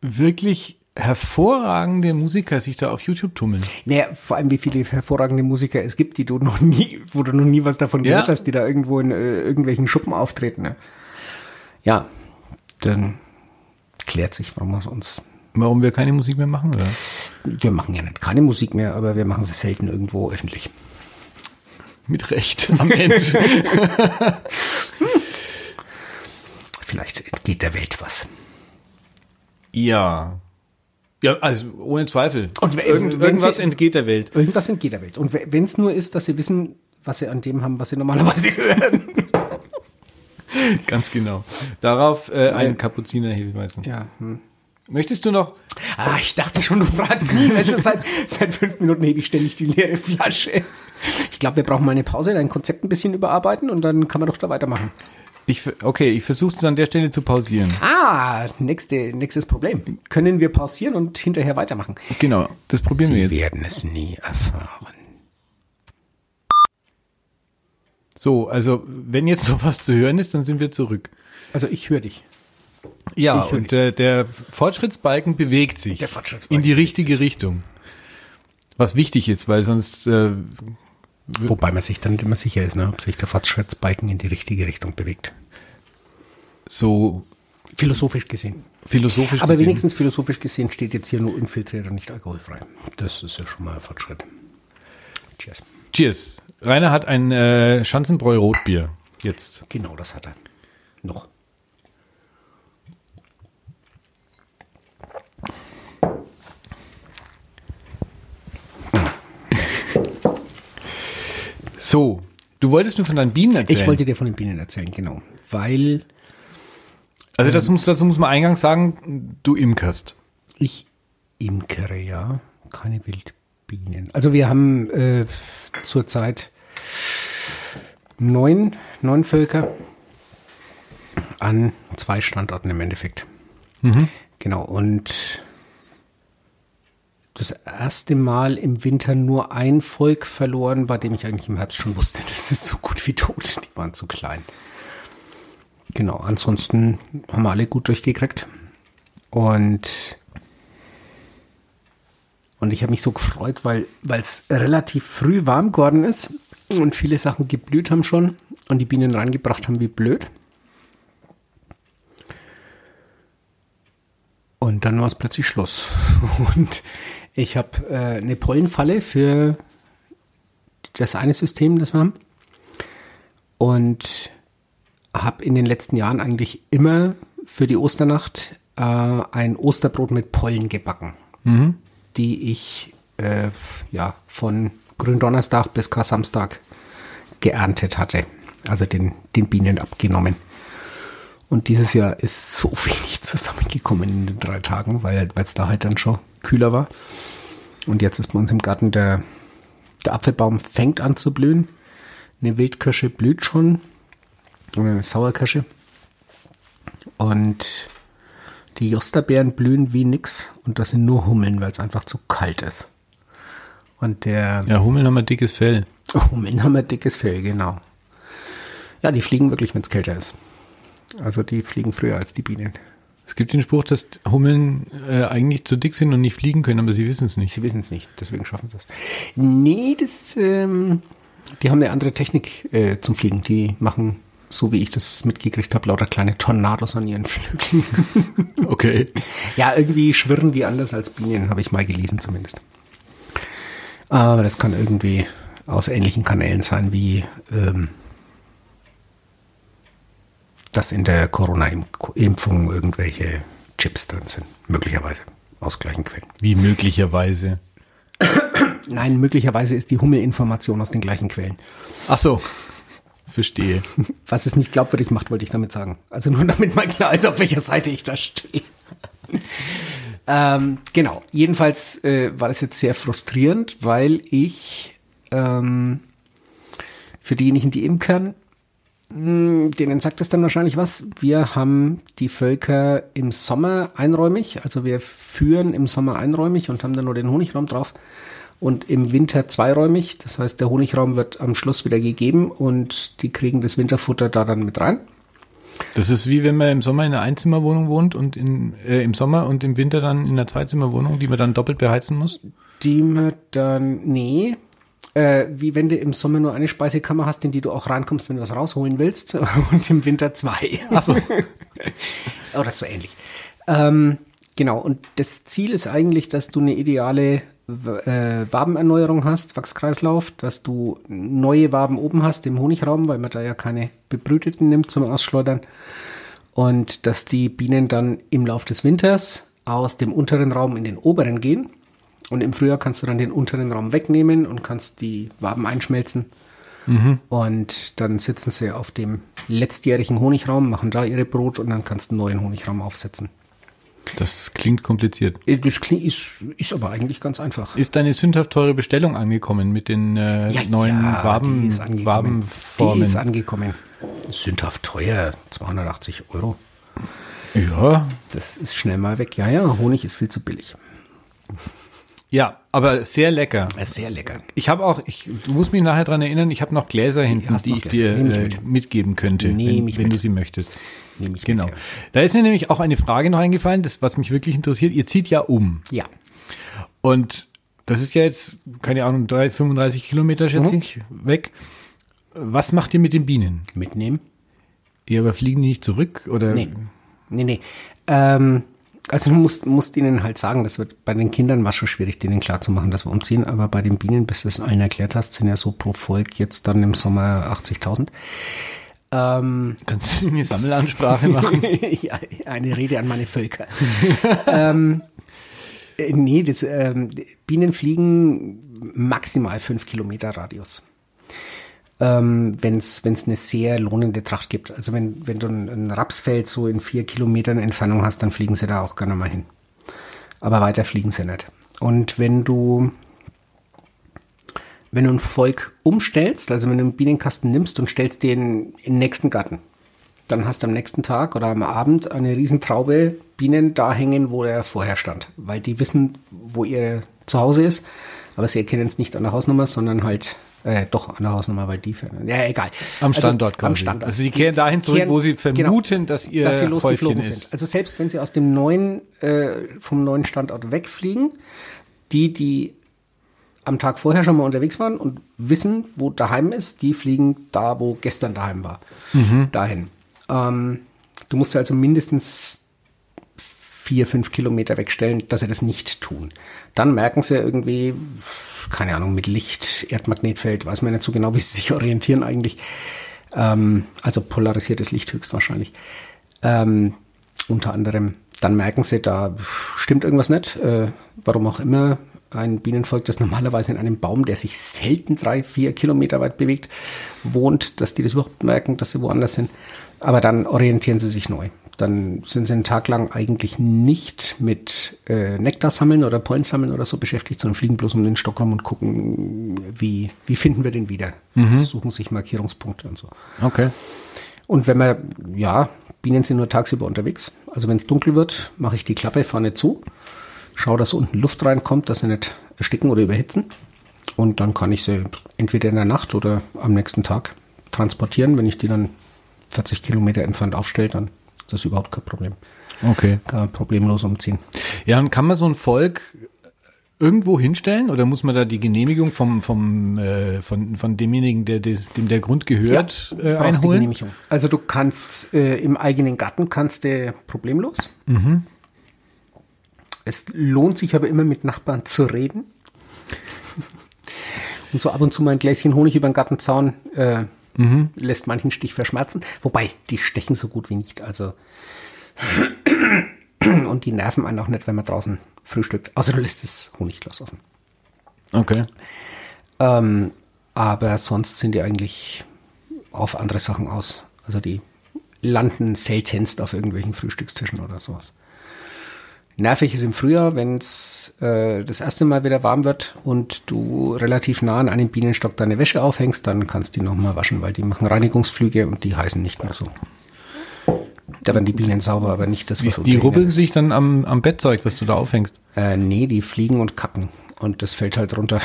wirklich hervorragende Musiker sich da auf YouTube tummeln.
Naja, vor allem wie viele hervorragende Musiker es gibt, die du noch nie, wo du noch nie was davon
Ja.
gehört hast, die da irgendwo in äh, irgendwelchen Schuppen auftreten. Ne? Ja, dann klärt sich, warum wir uns.
Warum wir keine Musik mehr machen, oder?
Wir machen ja nicht keine Musik mehr, aber wir machen sie selten irgendwo öffentlich.
Mit Recht am Ende.
Vielleicht entgeht der Welt was.
ja. Ja, also ohne Zweifel.
Und wenn-
Irgend,
wenn
irgendwas
sie-
entgeht der Welt.
Irgendwas entgeht der Welt. Und wenn es nur ist, dass sie wissen, was sie an dem haben, was sie normalerweise hören.
Ganz genau. Darauf äh, einen Kapuziner hinweisen.
Ja. Hm.
Möchtest du noch?
Ah, ich dachte schon, du fragst nie. Weißt du, seit, seit fünf Minuten hebe ich ständig die leere Flasche. Ich glaube, wir brauchen mal eine Pause, dein Konzept ein bisschen überarbeiten und dann kann man doch da weitermachen.
Ich, ver- okay, ich versuche es an der Stelle zu pausieren.
Ah, nächste, nächstes Problem. Können wir pausieren und hinterher weitermachen?
Genau, das probieren wir jetzt.
werden es nie erfahren.
So, also wenn jetzt noch was zu hören ist, dann sind wir zurück.
Also ich höre dich.
Ja,
Ich höre
und äh, der Fortschrittsbalken bewegt sich
Der Fortschrittsbalken
in die richtige Richtung. Was wichtig ist, weil sonst äh,
Wobei man sich dann immer sicher ist, ne, ob sich der Fortschrittsbalken in die richtige Richtung bewegt.
so
Philosophisch gesehen.
philosophisch
Aber
gesehen-
wenigstens philosophisch gesehen steht jetzt hier nur unfiltriert und nicht alkoholfrei. Das ist ja schon mal ein Fortschritt. Cheers.
Cheers. Rainer hat ein äh, Schanzenbräu Rotbier jetzt.
Genau, das hat er. Noch.
So, du wolltest mir von deinen Bienen erzählen.
Ich wollte dir von den Bienen erzählen, genau. Weil
also das muss, dazu muss man eingangs sagen, du imkerst.
ich imkere ja keine Wildbienen. Also wir haben äh, zurzeit neun, neun Völker an zwei Standorten im Endeffekt. Genau, und das erste Mal im Winter nur ein Volk verloren, bei dem ich eigentlich im Herbst schon wusste, das ist so gut wie tot. Die waren zu klein. Genau, ansonsten haben wir alle gut durchgekriegt. Und, und ich habe mich so gefreut, weil es relativ früh warm geworden ist und viele Sachen geblüht haben schon und die Bienen reingebracht haben wie blöd. Und dann war es plötzlich Schluss. Und ich habe äh, eine Pollenfalle für das eine System, das wir haben. Und habe in den letzten Jahren eigentlich immer für die Osternacht äh, ein Osterbrot mit Pollen gebacken, die ich äh, ja, von Gründonnerstag bis Kar Samstag geerntet hatte. Also den, den Bienen abgenommen. Und dieses Jahr ist so wenig zusammengekommen in den drei Tagen, weil es da halt dann schon kühler war. Und jetzt ist bei uns im Garten der, der Apfelbaum fängt an zu blühen. Eine Wildkirsche blüht schon. Oder eine Sauerkirsche. Und die Josterbeeren blühen wie nix. Und das sind nur Hummeln, weil es einfach zu kalt ist. Und der
Ja, Hummeln haben ein dickes Fell.
Hummeln Oh, haben ein dickes Fell, genau. Ja, die fliegen wirklich, wenn es kälter ist. Also die fliegen früher als die Bienen.
Es gibt den Spruch, dass Hummeln äh, eigentlich zu dick sind und nicht fliegen können, aber sie wissen es nicht.
Sie wissen es nicht, deswegen schaffen sie es. Nee, das, ähm, die haben eine andere Technik äh, zum Fliegen. Die machen, so wie ich das mitgekriegt habe, lauter kleine Tornados an ihren Flügeln.
Okay.
ja, irgendwie schwirren die anders als Bienen, habe ich mal gelesen zumindest. Aber das kann irgendwie aus ähnlichen Kanälen sein wie ähm, dass in der Corona-Impfung irgendwelche Chips drin sind. Möglicherweise aus gleichen Quellen.
Wie möglicherweise.
Nein, möglicherweise ist die Hummelinformation aus den gleichen Quellen.
Ach so. Verstehe.
Was es nicht glaubwürdig macht, wollte ich damit sagen. Also nur damit mal klar ist, auf welcher Seite ich da stehe. ähm, genau. Jedenfalls äh, war das jetzt sehr frustrierend, weil ich ähm, für diejenigen, die imkern, mh, denen sagt es dann wahrscheinlich was. Wir haben die Völker im Sommer einräumig, also wir führen im Sommer einräumig und haben dann nur den Honigraum drauf. Und im Winter zweiräumig, das heißt, der Honigraum wird am Schluss wieder gegeben und die kriegen das Winterfutter da dann mit rein.
Das ist wie wenn man im Sommer in einer Einzimmerwohnung wohnt und in, äh, im Sommer und im Winter dann in einer Zweizimmerwohnung, die man dann doppelt beheizen muss.
Die man dann, nee, äh, wie wenn du im Sommer nur eine Speisekammer hast, in die du auch reinkommst, wenn du was rausholen willst, und im Winter zwei.
Ach so.
Oder so ähnlich. Ähm, genau, und das Ziel ist eigentlich, dass du eine ideale W- äh, Wabenerneuerung hast, Wachskreislauf, dass du neue Waben oben hast im Honigraum, weil man da ja keine bebrüteten nimmt zum Ausschleudern. Und dass die Bienen dann im Lauf des Winters aus dem unteren Raum in den oberen gehen. Und im Frühjahr kannst du dann den unteren Raum wegnehmen und kannst die Waben einschmelzen.
Mhm.
Und dann sitzen sie auf dem letztjährigen Honigraum, machen da ihre Brot und dann kannst du einen neuen Honigraum aufsetzen.
Das klingt kompliziert.
Äh, Das klingt- ist, ist aber eigentlich ganz einfach.
Ist deine sündhaft teure Bestellung angekommen mit den äh, neuen Waben,
die ist angekommen. Die ist
Wabenformen?
angekommen. Sündhaft teuer, 280 Euro.
Ja.
Das ist schnell mal weg. Ja, ja, Honig ist viel zu billig.
Ja, aber sehr lecker.
Ist sehr lecker.
Ich habe auch, ich, du musst mich nachher dran erinnern, ich habe noch Gläser hinten,
hast
die
noch
ich
Gläser.
dir
Nehm ich
äh,
mit.
mitgeben könnte,
Nehm
wenn,
ich
wenn
mit.
du sie möchtest.
Nehm ich
genau.
mit, ja.
Da ist mir nämlich auch eine Frage noch eingefallen, das, was mich wirklich interessiert. Ihr zieht ja um.
Ja.
Und das ist ja jetzt, keine Ahnung, drei- 35 Kilometer, schätze
Mhm.
ich, weg. Was macht ihr mit den Bienen?
Mitnehmen?
Ja, aber fliegen die nicht zurück? Oder?
Nee. Nee, nee. Ähm, also du musst, musst ihnen halt sagen, das wird bei den Kindern war schon schwierig, denen klarzumachen, dass wir umziehen, aber bei den Bienen, bis du es allen erklärt hast, sind ja so pro Volk jetzt dann im Sommer 80.000. Ähm,
Kannst du eine Sammelansprache machen?
ja, eine Rede an meine Völker. ähm, äh, nee, das, ähm, Bienen fliegen maximal fünf Kilometer Radius. Ähm, wenn es eine sehr lohnende Tracht gibt. Also wenn, wenn du ein, ein Rapsfeld so in vier Kilometern Entfernung hast, dann fliegen sie da auch gerne mal hin. Aber weiter fliegen sie nicht. Und wenn du wenn du ein Volk umstellst, also wenn du einen Bienenkasten nimmst und stellst den in den nächsten Garten, dann hast du am nächsten Tag oder am Abend eine Riesentraube Bienen da hängen, wo er vorher stand. Weil die wissen, wo ihr Zuhause ist, aber sie erkennen es nicht an der Hausnummer, sondern halt äh, doch an der Hausnummer, weil die... Ja, egal.
Am Standort
also, Am
quasi.
Standort.
Also sie kehren dahin zurück,
kehren- genau,
wo sie vermuten, dass ihr
dass sie losgeflogen
Häuschen ist.
sind. Also selbst wenn sie aus dem neuen, äh, vom neuen Standort wegfliegen, die, die am Tag vorher schon mal unterwegs waren und wissen, wo daheim ist, die fliegen da, wo gestern daheim war, dahin. Ähm, du musst also mindestens vier, fünf Kilometer wegstellen, dass sie das nicht tun. Dann merken sie irgendwie, keine Ahnung, mit Licht, Erdmagnetfeld, weiß man nicht so genau, wie sie sich orientieren eigentlich. Ähm, also polarisiertes Licht höchstwahrscheinlich. Ähm, unter anderem. Dann merken sie, da stimmt irgendwas nicht, äh, warum auch immer. ein Bienenvolk, das normalerweise in einem Baum, der sich selten drei, vier Kilometer weit bewegt, wohnt, dass die das überhaupt merken, dass sie woanders sind. Aber dann orientieren sie sich neu. Dann sind sie einen Tag lang eigentlich nicht mit äh, Nektar sammeln oder Pollen sammeln oder so beschäftigt, sondern fliegen bloß um den Stock rum und gucken, wie, wie finden wir den wieder. Suchen sich Markierungspunkte und so.
Okay.
Und wenn man, ja, Bienen sind nur tagsüber unterwegs. Also wenn es dunkel wird, mache ich die Klappe vorne zu, schaue, dass unten Luft reinkommt, dass sie nicht ersticken oder überhitzen. Und dann kann ich sie entweder in der Nacht oder am nächsten Tag transportieren. Wenn ich die dann 40 Kilometer entfernt aufstelle, dann ist das überhaupt kein Problem.
Okay.
Kann man problemlos umziehen.
Ja, und kann man so ein Volk irgendwo hinstellen oder muss man da die Genehmigung vom, vom, äh, von, von demjenigen, der, der, dem der Grund gehört, äh,
brauchst die
einholen?
Genehmigung. Also du kannst äh, im eigenen Garten kannst du problemlos. Mhm. Es lohnt sich aber immer mit Nachbarn zu reden. Und so ab und zu mal ein Gläschen Honig über den Gartenzaun äh, lässt manchen Stich verschmerzen. Wobei, die stechen so gut wie nicht. Also und die nerven einen auch nicht, wenn man draußen frühstückt. Außer du lässt das Honigglas offen.
Okay.
Ähm, aber sonst sind die eigentlich auf andere Sachen aus. Also die landen seltenst auf irgendwelchen Frühstückstischen oder sowas. Nervig ist im Frühjahr, wenn es äh, das erste Mal wieder warm wird und du relativ nah an einem Bienenstock deine Wäsche aufhängst, dann kannst du die nochmal waschen, weil die machen Reinigungsflüge und die heißen nicht mehr so. Da werden die Bienen sauber, aber nicht das,
Wie,
was unter
die
ihnen
rubbeln
ist.
sich dann am, am Bettzeug, was du da aufhängst.
Äh, nee, die fliegen und kacken. Und das fällt halt runter.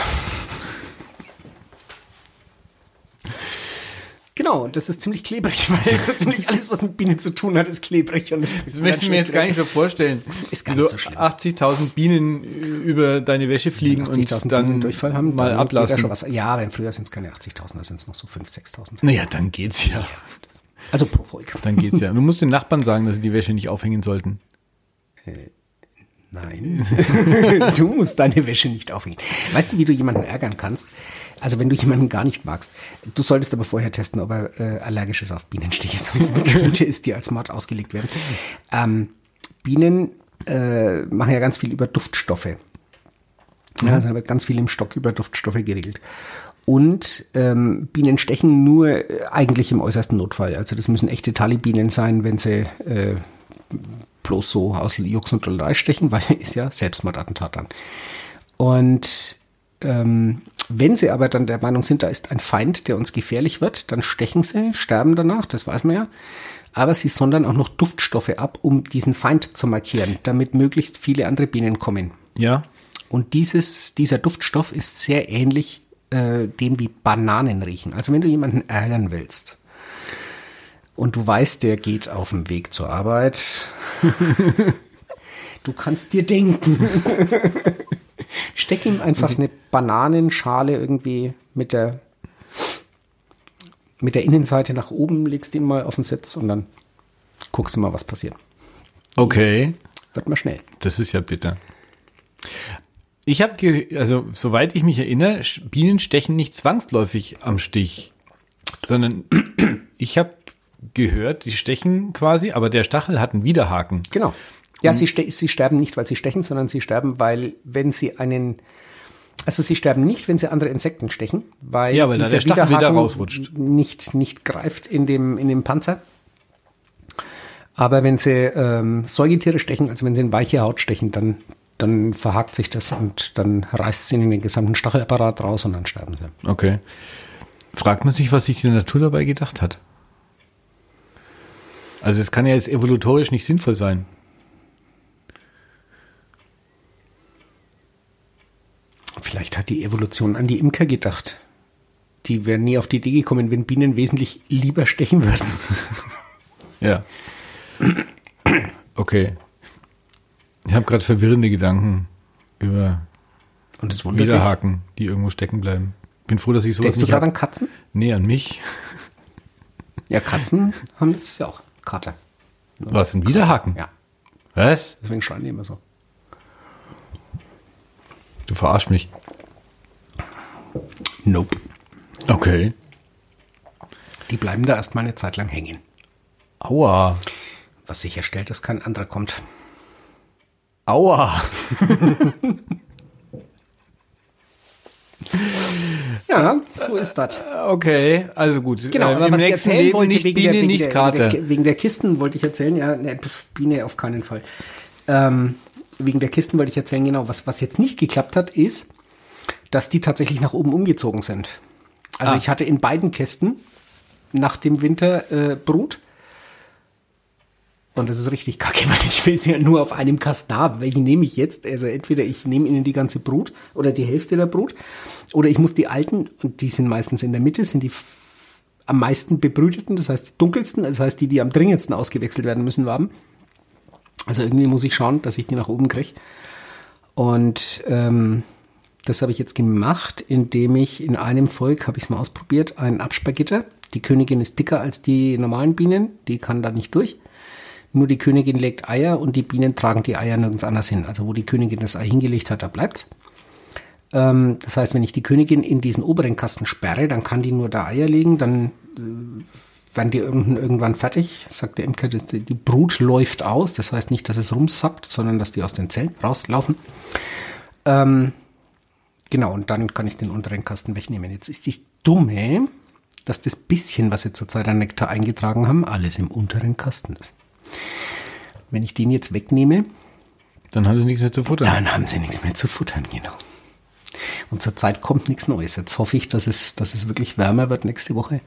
Genau, und das ist ziemlich klebrig, weil so ziemlich alles, was mit Bienen zu tun hat, ist klebrig. Und das,
Das möchte ich mir jetzt gar nicht so vorstellen.
Ist gar nicht
so
so schlimm.
80.000 Bienen über deine Wäsche fliegen und dann
Durchfall haben,
mal
dann geht Ja,
ablassen.
schon was. ja, aber im Frühjahr sind es keine 80.000, da sind es noch so 5.000, 6.000.
Naja, dann geht's ja.
Also pro Volk.
Dann geht's ja. Du musst den Nachbarn sagen, dass sie die Wäsche nicht aufhängen sollten.
Nein. Hm. du musst deine Wäsche nicht aufhängen. Weißt du, wie du jemanden ärgern kannst? Also, wenn du jemanden gar nicht magst. Du solltest aber vorher testen, ob er äh, allergisch ist auf Bienenstiche, sonst könnte es dir als Mord ausgelegt werden. Ähm, Bienen äh, machen ja ganz viel über Duftstoffe. Ja, also da wird ganz viel im Stock über Duftstoffe geregelt. Und ähm, Bienen stechen nur äh, eigentlich im äußersten Notfall. Also das müssen echte Talibienen sein, wenn sie äh, bloß so aus Jux und Dollerei stechen, weil ist ja Selbstmordattentat dann. Und ähm, wenn sie aber dann der Meinung sind, da ist ein Feind, der uns gefährlich wird, dann stechen sie, sterben danach, das weiß man ja. Aber sie sondern auch noch Duftstoffe ab, um diesen Feind zu markieren, damit möglichst viele andere Bienen kommen.
Ja?
Und dieses, dieser Duftstoff ist sehr ähnlich äh, dem, wie Bananen riechen. Also wenn du jemanden ärgern willst und du weißt, der geht auf dem Weg zur Arbeit, du kannst dir denken. Steck ihm einfach eine Bananenschale irgendwie mit der, mit der Innenseite nach oben, legst ihn mal auf den Sitz und dann guckst du mal, was passiert.
Okay.
Wird mal schnell.
Das ist ja bitter. Ich habe, also soweit ich mich erinnere, Sch- Bienen stechen nicht zwangsläufig am Stich, sondern ich habe gehört, die stechen quasi, aber der Stachel hat einen Widerhaken.
Genau. Ja, sie, ste sie sterben nicht, weil sie stechen, sondern sie sterben, weil wenn sie einen also sie sterben nicht, wenn sie andere Insekten stechen, weil,
Ja, weil da der Stachel wieder rausrutscht.
nicht nicht greift in dem in dem Panzer. Aber wenn sie ähm, Säugetiere stechen, also wenn sie in weiche Haut stechen, dann dann verhakt sich das und dann reißt sie in den gesamten Stachelapparat raus und dann sterben sie.
Okay. Fragt man sich, was sich die Natur dabei gedacht hat. Also es kann ja jetzt evolutorisch nicht sinnvoll sein.
Vielleicht hat die Evolution an die Imker gedacht. Die wären nie auf die Idee gekommen, wenn Bienen wesentlich lieber stechen würden.
Ja. Okay. Ich habe gerade verwirrende Gedanken über
Und das wundert dich.
Widerhaken, die irgendwo stecken bleiben. Bin froh, dass ich sowas
Denkst du
nicht
gerade
hab.
an Katzen?
Nee, an mich.
Ja, Katzen haben das ja auch. Kater.
Was, ein Widerhaken?
Ja,
Was?
deswegen schreien die immer so.
Du verarsch mich.
Nope.
Okay.
Die bleiben da erstmal eine Zeit lang hängen.
Aua.
Was sicherstellt, dass kein anderer kommt.
Aua.
Ja, so ist das.
Okay, also gut.
Genau,
Äh,
aber
Im
was ich
nächsten
erzählen
Leben
wollte,
nicht
wegen,
Biene,
der, wegen,
nicht
der,
Karte.
Wegen, der, wegen der Kisten wollte ich erzählen, ja, ne, pf, Biene auf keinen Fall. Ähm, wegen der Kisten wollte ich erzählen, genau, was, was jetzt nicht geklappt hat, ist, dass die tatsächlich nach oben umgezogen sind. Also
Ah.
ich hatte in beiden Kästen nach dem Winter äh, Brut. Und das ist richtig kacke, weil ich will sie ja nur auf einem Kasten haben. Welchen nehme ich jetzt? Also entweder ich nehme ihnen die ganze Brut oder die Hälfte der Brut. Oder ich muss die alten, und die sind meistens in der Mitte, sind die f- am meisten bebrüteten, das heißt die dunkelsten, das heißt die, die am dringendsten ausgewechselt werden müssen, haben. Also irgendwie muss ich schauen, dass ich die nach oben kriege. Und ähm, das habe ich jetzt gemacht, indem ich in einem Volk, habe ich es mal ausprobiert, ein Absperrgitter. Die Königin ist dicker als die normalen Bienen, die kann da nicht durch. Nur die Königin legt Eier und die Bienen tragen die Eier nirgends anders hin. Also wo die Königin das Ei hingelegt hat, da bleibt's. Ähm, das heißt, wenn ich die Königin in diesen oberen Kasten sperre, dann kann die nur da Eier legen, dann werden die irgendwann, irgendwann fertig, sagt der Imker, die die Brut läuft aus. Das heißt nicht, dass es rumsappt, sondern dass die aus den Zellen rauslaufen. Ähm, genau, und dann kann ich den unteren Kasten wegnehmen. Jetzt ist das Dumme, dass das bisschen, was sie zurzeit an Nektar eingetragen haben, alles im unteren Kasten ist. Wenn ich den jetzt wegnehme,
Dann haben sie nichts mehr zu futtern.
dann haben sie nichts mehr zu futtern, genau. Und zurzeit kommt nichts Neues. Jetzt hoffe ich, dass es, dass es wirklich wärmer wird nächste Woche.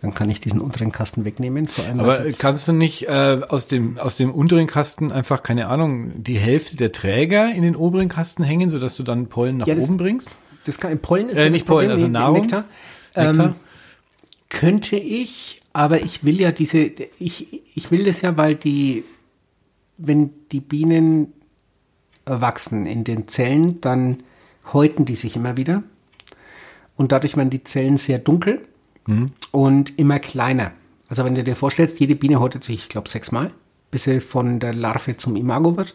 Dann kann ich diesen unteren Kasten wegnehmen. Vor allem,
Aber
weil's jetzt-
kannst du nicht äh, aus, dem, aus dem unteren Kasten einfach, keine Ahnung, die Hälfte der Träger in den oberen Kasten hängen, sodass du dann Pollen nach
Ja, das-
oben bringst?
das kann, Pollen ist
Äh,
das
nicht
Problem,
Pollen, also
nee,
Nahrung.
Nektar.
Nektar?
Ähm, könnte ich, aber ich will ja diese, ich, ich will das ja, weil die, wenn die Bienen wachsen in den Zellen, dann häuten die sich immer wieder. Und dadurch werden die Zellen sehr dunkel und immer kleiner. Also wenn du dir vorstellst, jede Biene häutet sich, ich glaube, sechsmal, bis sie von der Larve zum Imago wird.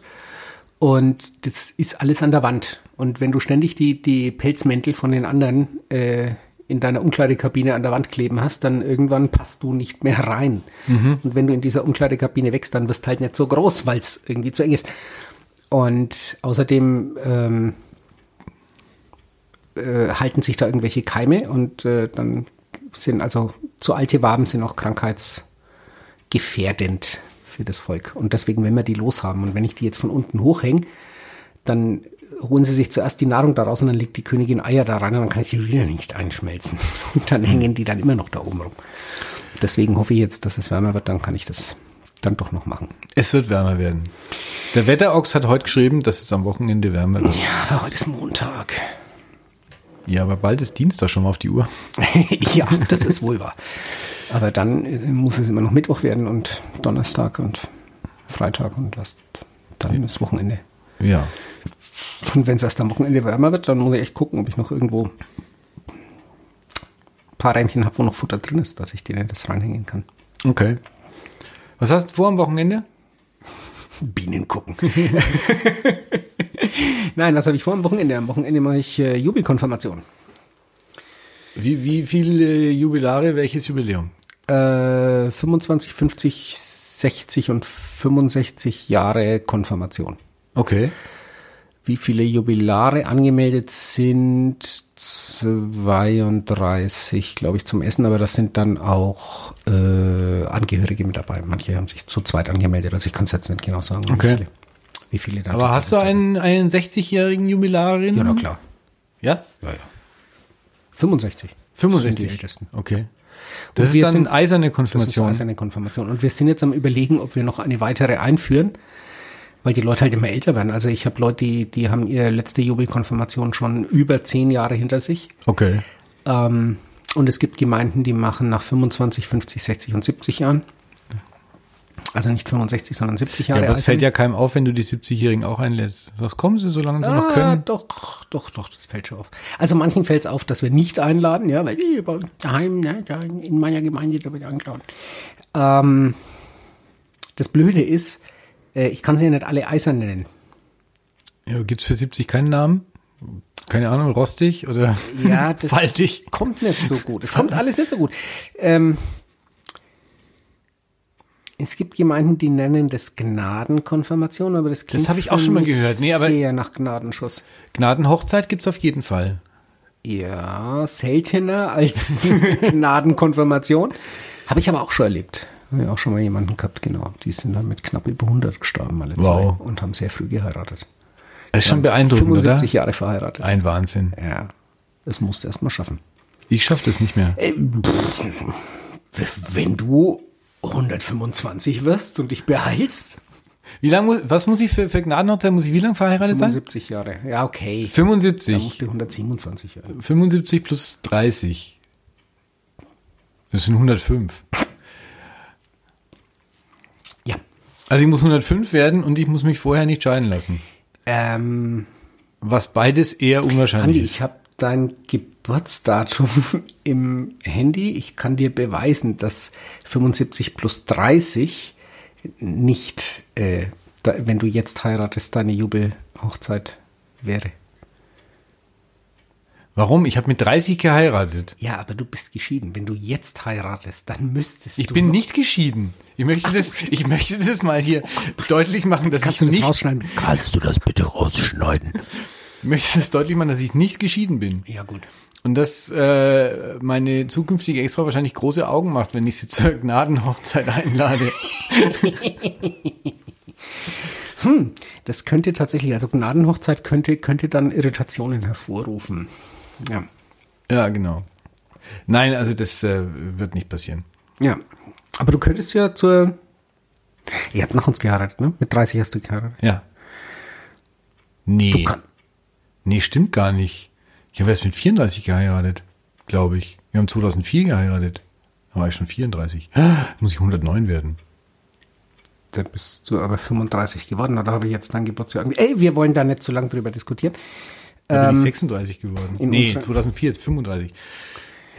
Und das ist alles an der Wand. Und wenn du ständig die, die Pelzmäntel von den anderen äh, in deiner Umkleidekabine an der Wand kleben hast, dann irgendwann passt du nicht mehr rein. Und wenn du in dieser Umkleidekabine wächst, dann wirst du halt nicht so groß, weil es irgendwie zu eng ist. Und außerdem ähm, äh, halten sich da irgendwelche Keime und äh, dann sind also zu alte Waben sind auch krankheitsgefährdend für das Volk. Und deswegen, wenn wir die loshaben und wenn ich die jetzt von unten hochhänge, dann holen sie sich zuerst die Nahrung daraus und dann legt die Königin Eier da rein und dann kann ich sie wieder nicht einschmelzen. Und dann hängen die dann immer noch da oben rum. Deswegen hoffe ich jetzt, dass es wärmer wird, dann kann ich das dann doch noch machen.
Es wird wärmer werden. Der Wetterochs hat heute geschrieben, dass es am Wochenende wärmer wird.
Ja, aber heute ist Montag.
Ja, aber bald ist Dienstag schon mal auf die Uhr.
ja, das ist wohl wahr. Aber dann äh, muss es immer noch Mittwoch werden und Donnerstag und Freitag und was. Dann ist Wochenende.
Ja.
Und wenn es erst am Wochenende wärmer wird, dann muss ich echt gucken, ob ich noch irgendwo ein paar Reimchen habe, wo noch Futter drin ist, dass ich denen das reinhängen kann.
Okay. Was hast du vor am Wochenende?
Bienen gucken. Nein, was habe ich vor am Wochenende? Am Wochenende mache ich äh, Jubelkonfirmation.
Wie, wie viele äh, Jubilare, welches Jubiläum?
Äh, 25, 50, 60 und 65 Jahre Konfirmation.
Okay.
wie viele Jubilare angemeldet sind. 32, glaube ich, zum Essen, aber das sind dann auch äh, Angehörige mit dabei. Manche haben sich zu zweit angemeldet, also ich kann es jetzt nicht genau sagen,
Okay.
wie viele. Wie viele da
Aber hast du
tatsächlich
einen, einen 60-jährigen Jubilarin?
da sind. Ja, na klar.
Ja?
Ja, ja. 65. Sind die
65.
Ältesten.
Okay. Das
wir
ist dann
sind-
eiserne
Das ist
Konfirmation.
also eine Konfirmation. Und wir sind jetzt am überlegen, ob wir noch eine weitere einführen, weil die Leute halt immer älter werden. Also ich habe Leute, die, die haben ihre letzte Jubelkonfirmation schon über zehn Jahre hinter sich.
Okay.
Ähm, und es gibt Gemeinden, die machen nach 25, 50, 60 und 70 Jahren. Also nicht 65, sondern 70 Jahre
Ja, aber es
alt
fällt
sind.
ja keinem auf, wenn du die 70-Jährigen auch einlädst. Was kommen sie, solange sie noch
Ah,
können?
doch, doch, doch, das fällt schon auf. Also manchen fällt es auf, dass wir nicht einladen, ja, weil ich bei uns daheim, ne, da in meiner Gemeinde, da wird eingeladen. Ähm, das Blöde ist, äh, ich kann sie ja nicht alle eisern nennen.
Ja, Gibt es für 70 keinen Namen? Keine Ahnung, rostig oder
Ja, das
faltig?
kommt nicht so gut. Es kommt alles nicht so gut. Ähm, es gibt Gemeinden, die nennen das Gnadenkonfirmation, aber das klingt
habe ich auch schon mal
für mich
gehört. Nee, aber-
sehr nach Gnadenschuss.
Gnadenhochzeit gibt es auf jeden Fall.
Ja, seltener als Gnadenkonfirmation. Habe ich aber auch schon erlebt. Habe ich auch schon mal jemanden gehabt, genau. Die sind dann mit knapp über 100 gestorben, alle
Wow.
zwei. Und haben sehr früh geheiratet.
Das ist schon beeindruckend,
75
oder?
Jahre verheiratet.
Ein Wahnsinn.
Ja, das musst du erst mal schaffen.
Ich schaffe das nicht mehr.
Wenn du 125 wirst und dich beeilst.
Wie lange muss, was muss ich für, für Gnadenhochzeit, muss ich wie lange verheiratet sein?
75 Jahre. Ja, okay. Da
75.
musst du 127 Jahre.
75 plus 30. Das sind 105.
Ja.
Also ich muss 105 werden und ich muss mich vorher nicht scheiden lassen.
Ähm,
Was beides eher unwahrscheinlich
Andi,
ist.
ich habe dein Geburtsdatum im Handy. Ich kann dir beweisen, dass 75 plus 30 nicht, äh, da, wenn du jetzt heiratest, deine Jubelhochzeit wäre.
Warum? Ich habe mit 30 geheiratet.
Ja, aber du bist geschieden. Wenn du jetzt heiratest, dann müsstest
Ich
du.
bin
noch-
nicht geschieden. Ich möchte, das, ich möchte das mal hier deutlich machen, dass
Kannst
ich
du das
nicht,
rausschneiden? Kannst du das bitte rausschneiden?
ich möchte das deutlich machen, dass ich nicht geschieden bin.
Ja, gut.
Und dass äh, meine zukünftige Ex-Frau wahrscheinlich große Augen macht, wenn ich sie zur Gnadenhochzeit einlade.
Das könnte tatsächlich, also Gnadenhochzeit könnte, könnte dann Irritationen hervorrufen. Ja.
Ja, genau. Nein, also das äh, wird nicht passieren.
Ja. Aber du könntest ja zur. Ihr habt nach uns geheiratet, ne? Mit 30 hast du geheiratet.
Ja. Nee.
kann-
Nee, stimmt gar nicht. Ich habe erst mit 34 geheiratet, glaube ich. Wir haben 2004 geheiratet. Da war ich schon 34. Muss ich 109 werden.
Da bist du aber 35 geworden, oder habe ich jetzt dein Geburtstag? Ey, wir wollen da nicht zu lange drüber diskutieren.
Da bin ich 36 geworden.
Ähm, in
Nee,
unserer-
2004 jetzt 35.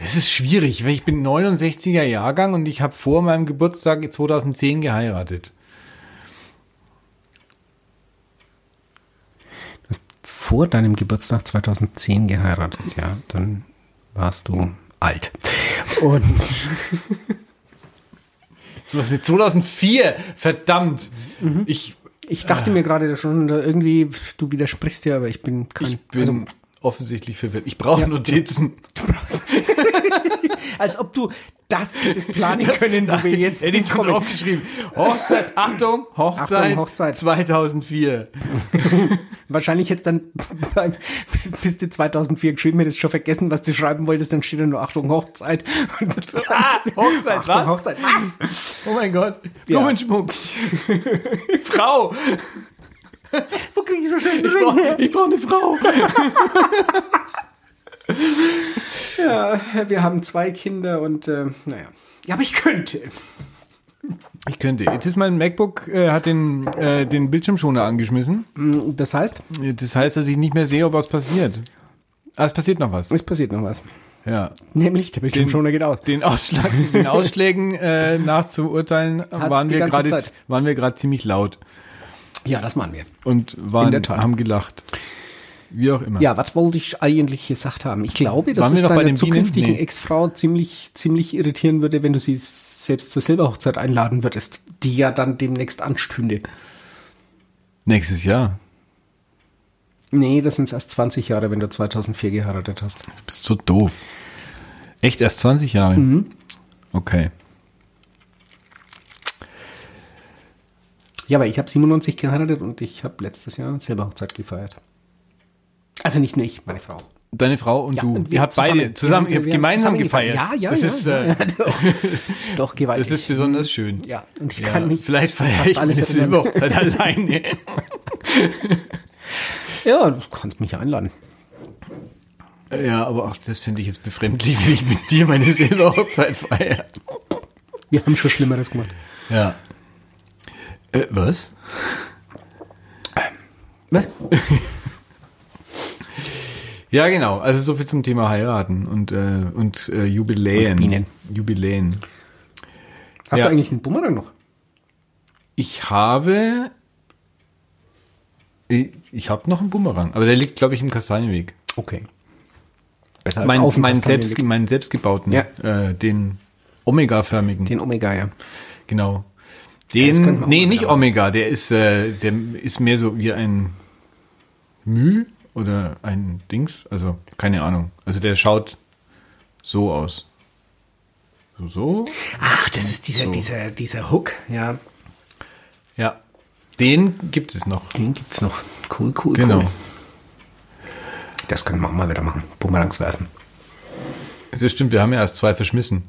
Es ist schwierig, weil ich bin 69er Jahrgang und ich habe vor meinem Geburtstag 2010 geheiratet.
Du hast vor deinem Geburtstag 2010 geheiratet, ja. Dann warst du alt. Und
2004, verdammt.
Mhm.
Ich,
ich dachte mir gerade dass schon, da irgendwie, du widersprichst dir, aber ich bin kein.
ich bin
also,
offensichtlich verwirrt. Ich brauche Notizen.
als ob du Also, das hättest planen können, wo wir jetzt
Hätte ich schon
hinkommen.
aufgeschrieben. Hochzeit, Achtung, Hochzeit,
Achtung, Hochzeit.
2004.
Wahrscheinlich jetzt dann beim, bis du 2004 geschrieben hättest, schon vergessen, was du schreiben wolltest, dann steht da nur Achtung Hochzeit. Und dann-
Ah, Hochzeit,
Achtung,
was?
Hochzeit, was?
Oh mein Gott.
Ja.
Blumenschmuck. Frau.
Wo krieg ich so schnell
Ich
den Ring
brauche brauch eine Frau.
her? Wir haben zwei Kinder und, äh, naja. Ja, aber ich könnte.
Ich könnte. Jetzt ist mein MacBook, äh, hat den, äh, den Bildschirmschoner angeschmissen.
Das heißt,
Das heißt, dass ich nicht mehr sehe, ob was passiert. Ah, es passiert noch was.
es passiert noch was.
Ja.
Nämlich, der Bildschirmschoner geht aus.
Den, Ausschlag, den Ausschlägen äh, nachzuurteilen, waren
die
wir,
ganze
gerade,
Zeit.
waren wir gerade ziemlich laut
Ja, das machen wir.
und waren,
In der Tat.
haben gelacht. Wie auch immer.
Ja, was wollte ich eigentlich gesagt haben? Ich glaube, dass
Waren wir
es
noch bei
deiner
den Bienen?
zukünftigen
Nee.
Ex-Frau ziemlich, ziemlich irritieren würde, wenn du sie selbst zur Silberhochzeit einladen würdest, die ja dann demnächst anstünde.
Nächstes Jahr.
Nee, das sind erst 20 Jahre, wenn du 2004 geheiratet hast.
Du bist so doof. Echt erst 20 Jahre?
Mhm.
Okay.
Ja, aber ich habe 97 geheiratet und ich habe letztes Jahr selber Hochzeit gefeiert. Also nicht nur ich, meine Frau.
Deine Frau und du.
und wir
ihr habt beide zusammen, ihr habt
wir haben
gemeinsam
zusammen
gefeiert.
Ja, ja,
das
ja.
Ist,
ja,
äh,
ja doch, doch, gewaltig.
das ist besonders schön.
ja, und ich
Ja,
kann mich
vielleicht feiere
fast
ich meine
alles erinnern.
Silberhochzeit alleine.
Ja, du kannst mich einladen.
Ja, aber auch das finde ich jetzt befremdlich, wenn ich mit dir meine Silberhochzeit feiere.
Wir haben schon Schlimmeres gemacht.
Ja. Äh, was?
Was?
Ja, genau. Also so viel zum Thema heiraten und äh, und äh, Jubiläen.
Und Bienen.
Jubiläen.
Hast
Ja.
du eigentlich einen Bumerang noch?
Ich habe ich, ich habe noch einen Bumerang, aber der liegt, glaube ich, im Kastanienweg.
Okay. Besser
Mein,
auf dem
meinen,
Kastanienweg.
selbst, meinen selbstgebauten,
Ja.
äh, den Omega-förmigen.
Den Omega, ja.
Genau.
das
Den,
könnte man
nee,
Omega
nicht
machen.
Omega, der ist, äh, der ist mehr so wie ein Mü oder ein Dings. Also, keine Ahnung. Also, der schaut so aus. So, so.
Ach, das ist dieser,
So.
dieser, dieser Hook, ja.
Ja. Den gibt es noch.
Den gibt's noch. Cool, cool,
Genau.
cool. Das können wir auch mal wieder machen. Bumerangs werfen.
Das stimmt, wir haben ja erst zwei verschmissen.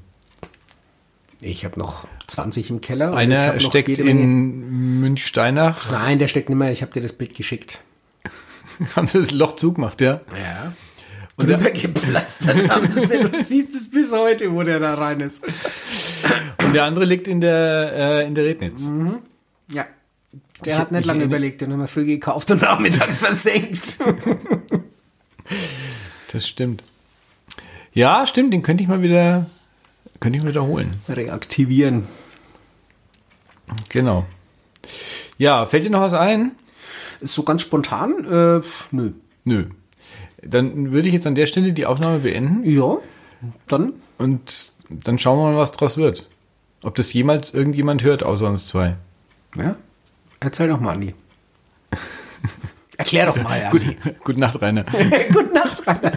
Ich habe noch 20 im Keller. und ich hab
Einer
noch
steckt
jede Menge-
in Münchsteinach,
Nein, der steckt nicht mehr. Ich habe dir das Bild geschickt.
haben das Loch zugemacht, ja.
Ja.
Und
Und
der-
drüber gepflastert haben sie. Du siehst es bis heute, wo der da rein ist.
Und der andere liegt in der, äh, in der Rednitz.
Mhm. Ja. Der hat nicht lange überlegt, den haben wir früh gekauft und nachmittags versenkt.
Das stimmt. Ja, stimmt, den könnte ich mal wieder, könnte ich mal wiederholen.
Reaktivieren.
Genau. Ja, fällt dir noch was ein?
So ganz spontan? Äh, nö.
Nö. Dann würde ich jetzt an der Stelle die Aufnahme beenden
Ja, dann.
und dann schauen wir mal, was draus wird. Ob das jemals irgendjemand hört, außer uns zwei.
Ja. Erzähl doch mal, Andi. Erklär doch mal,
Gut, gute Nacht, Rainer.
Gute Nacht, Rainer.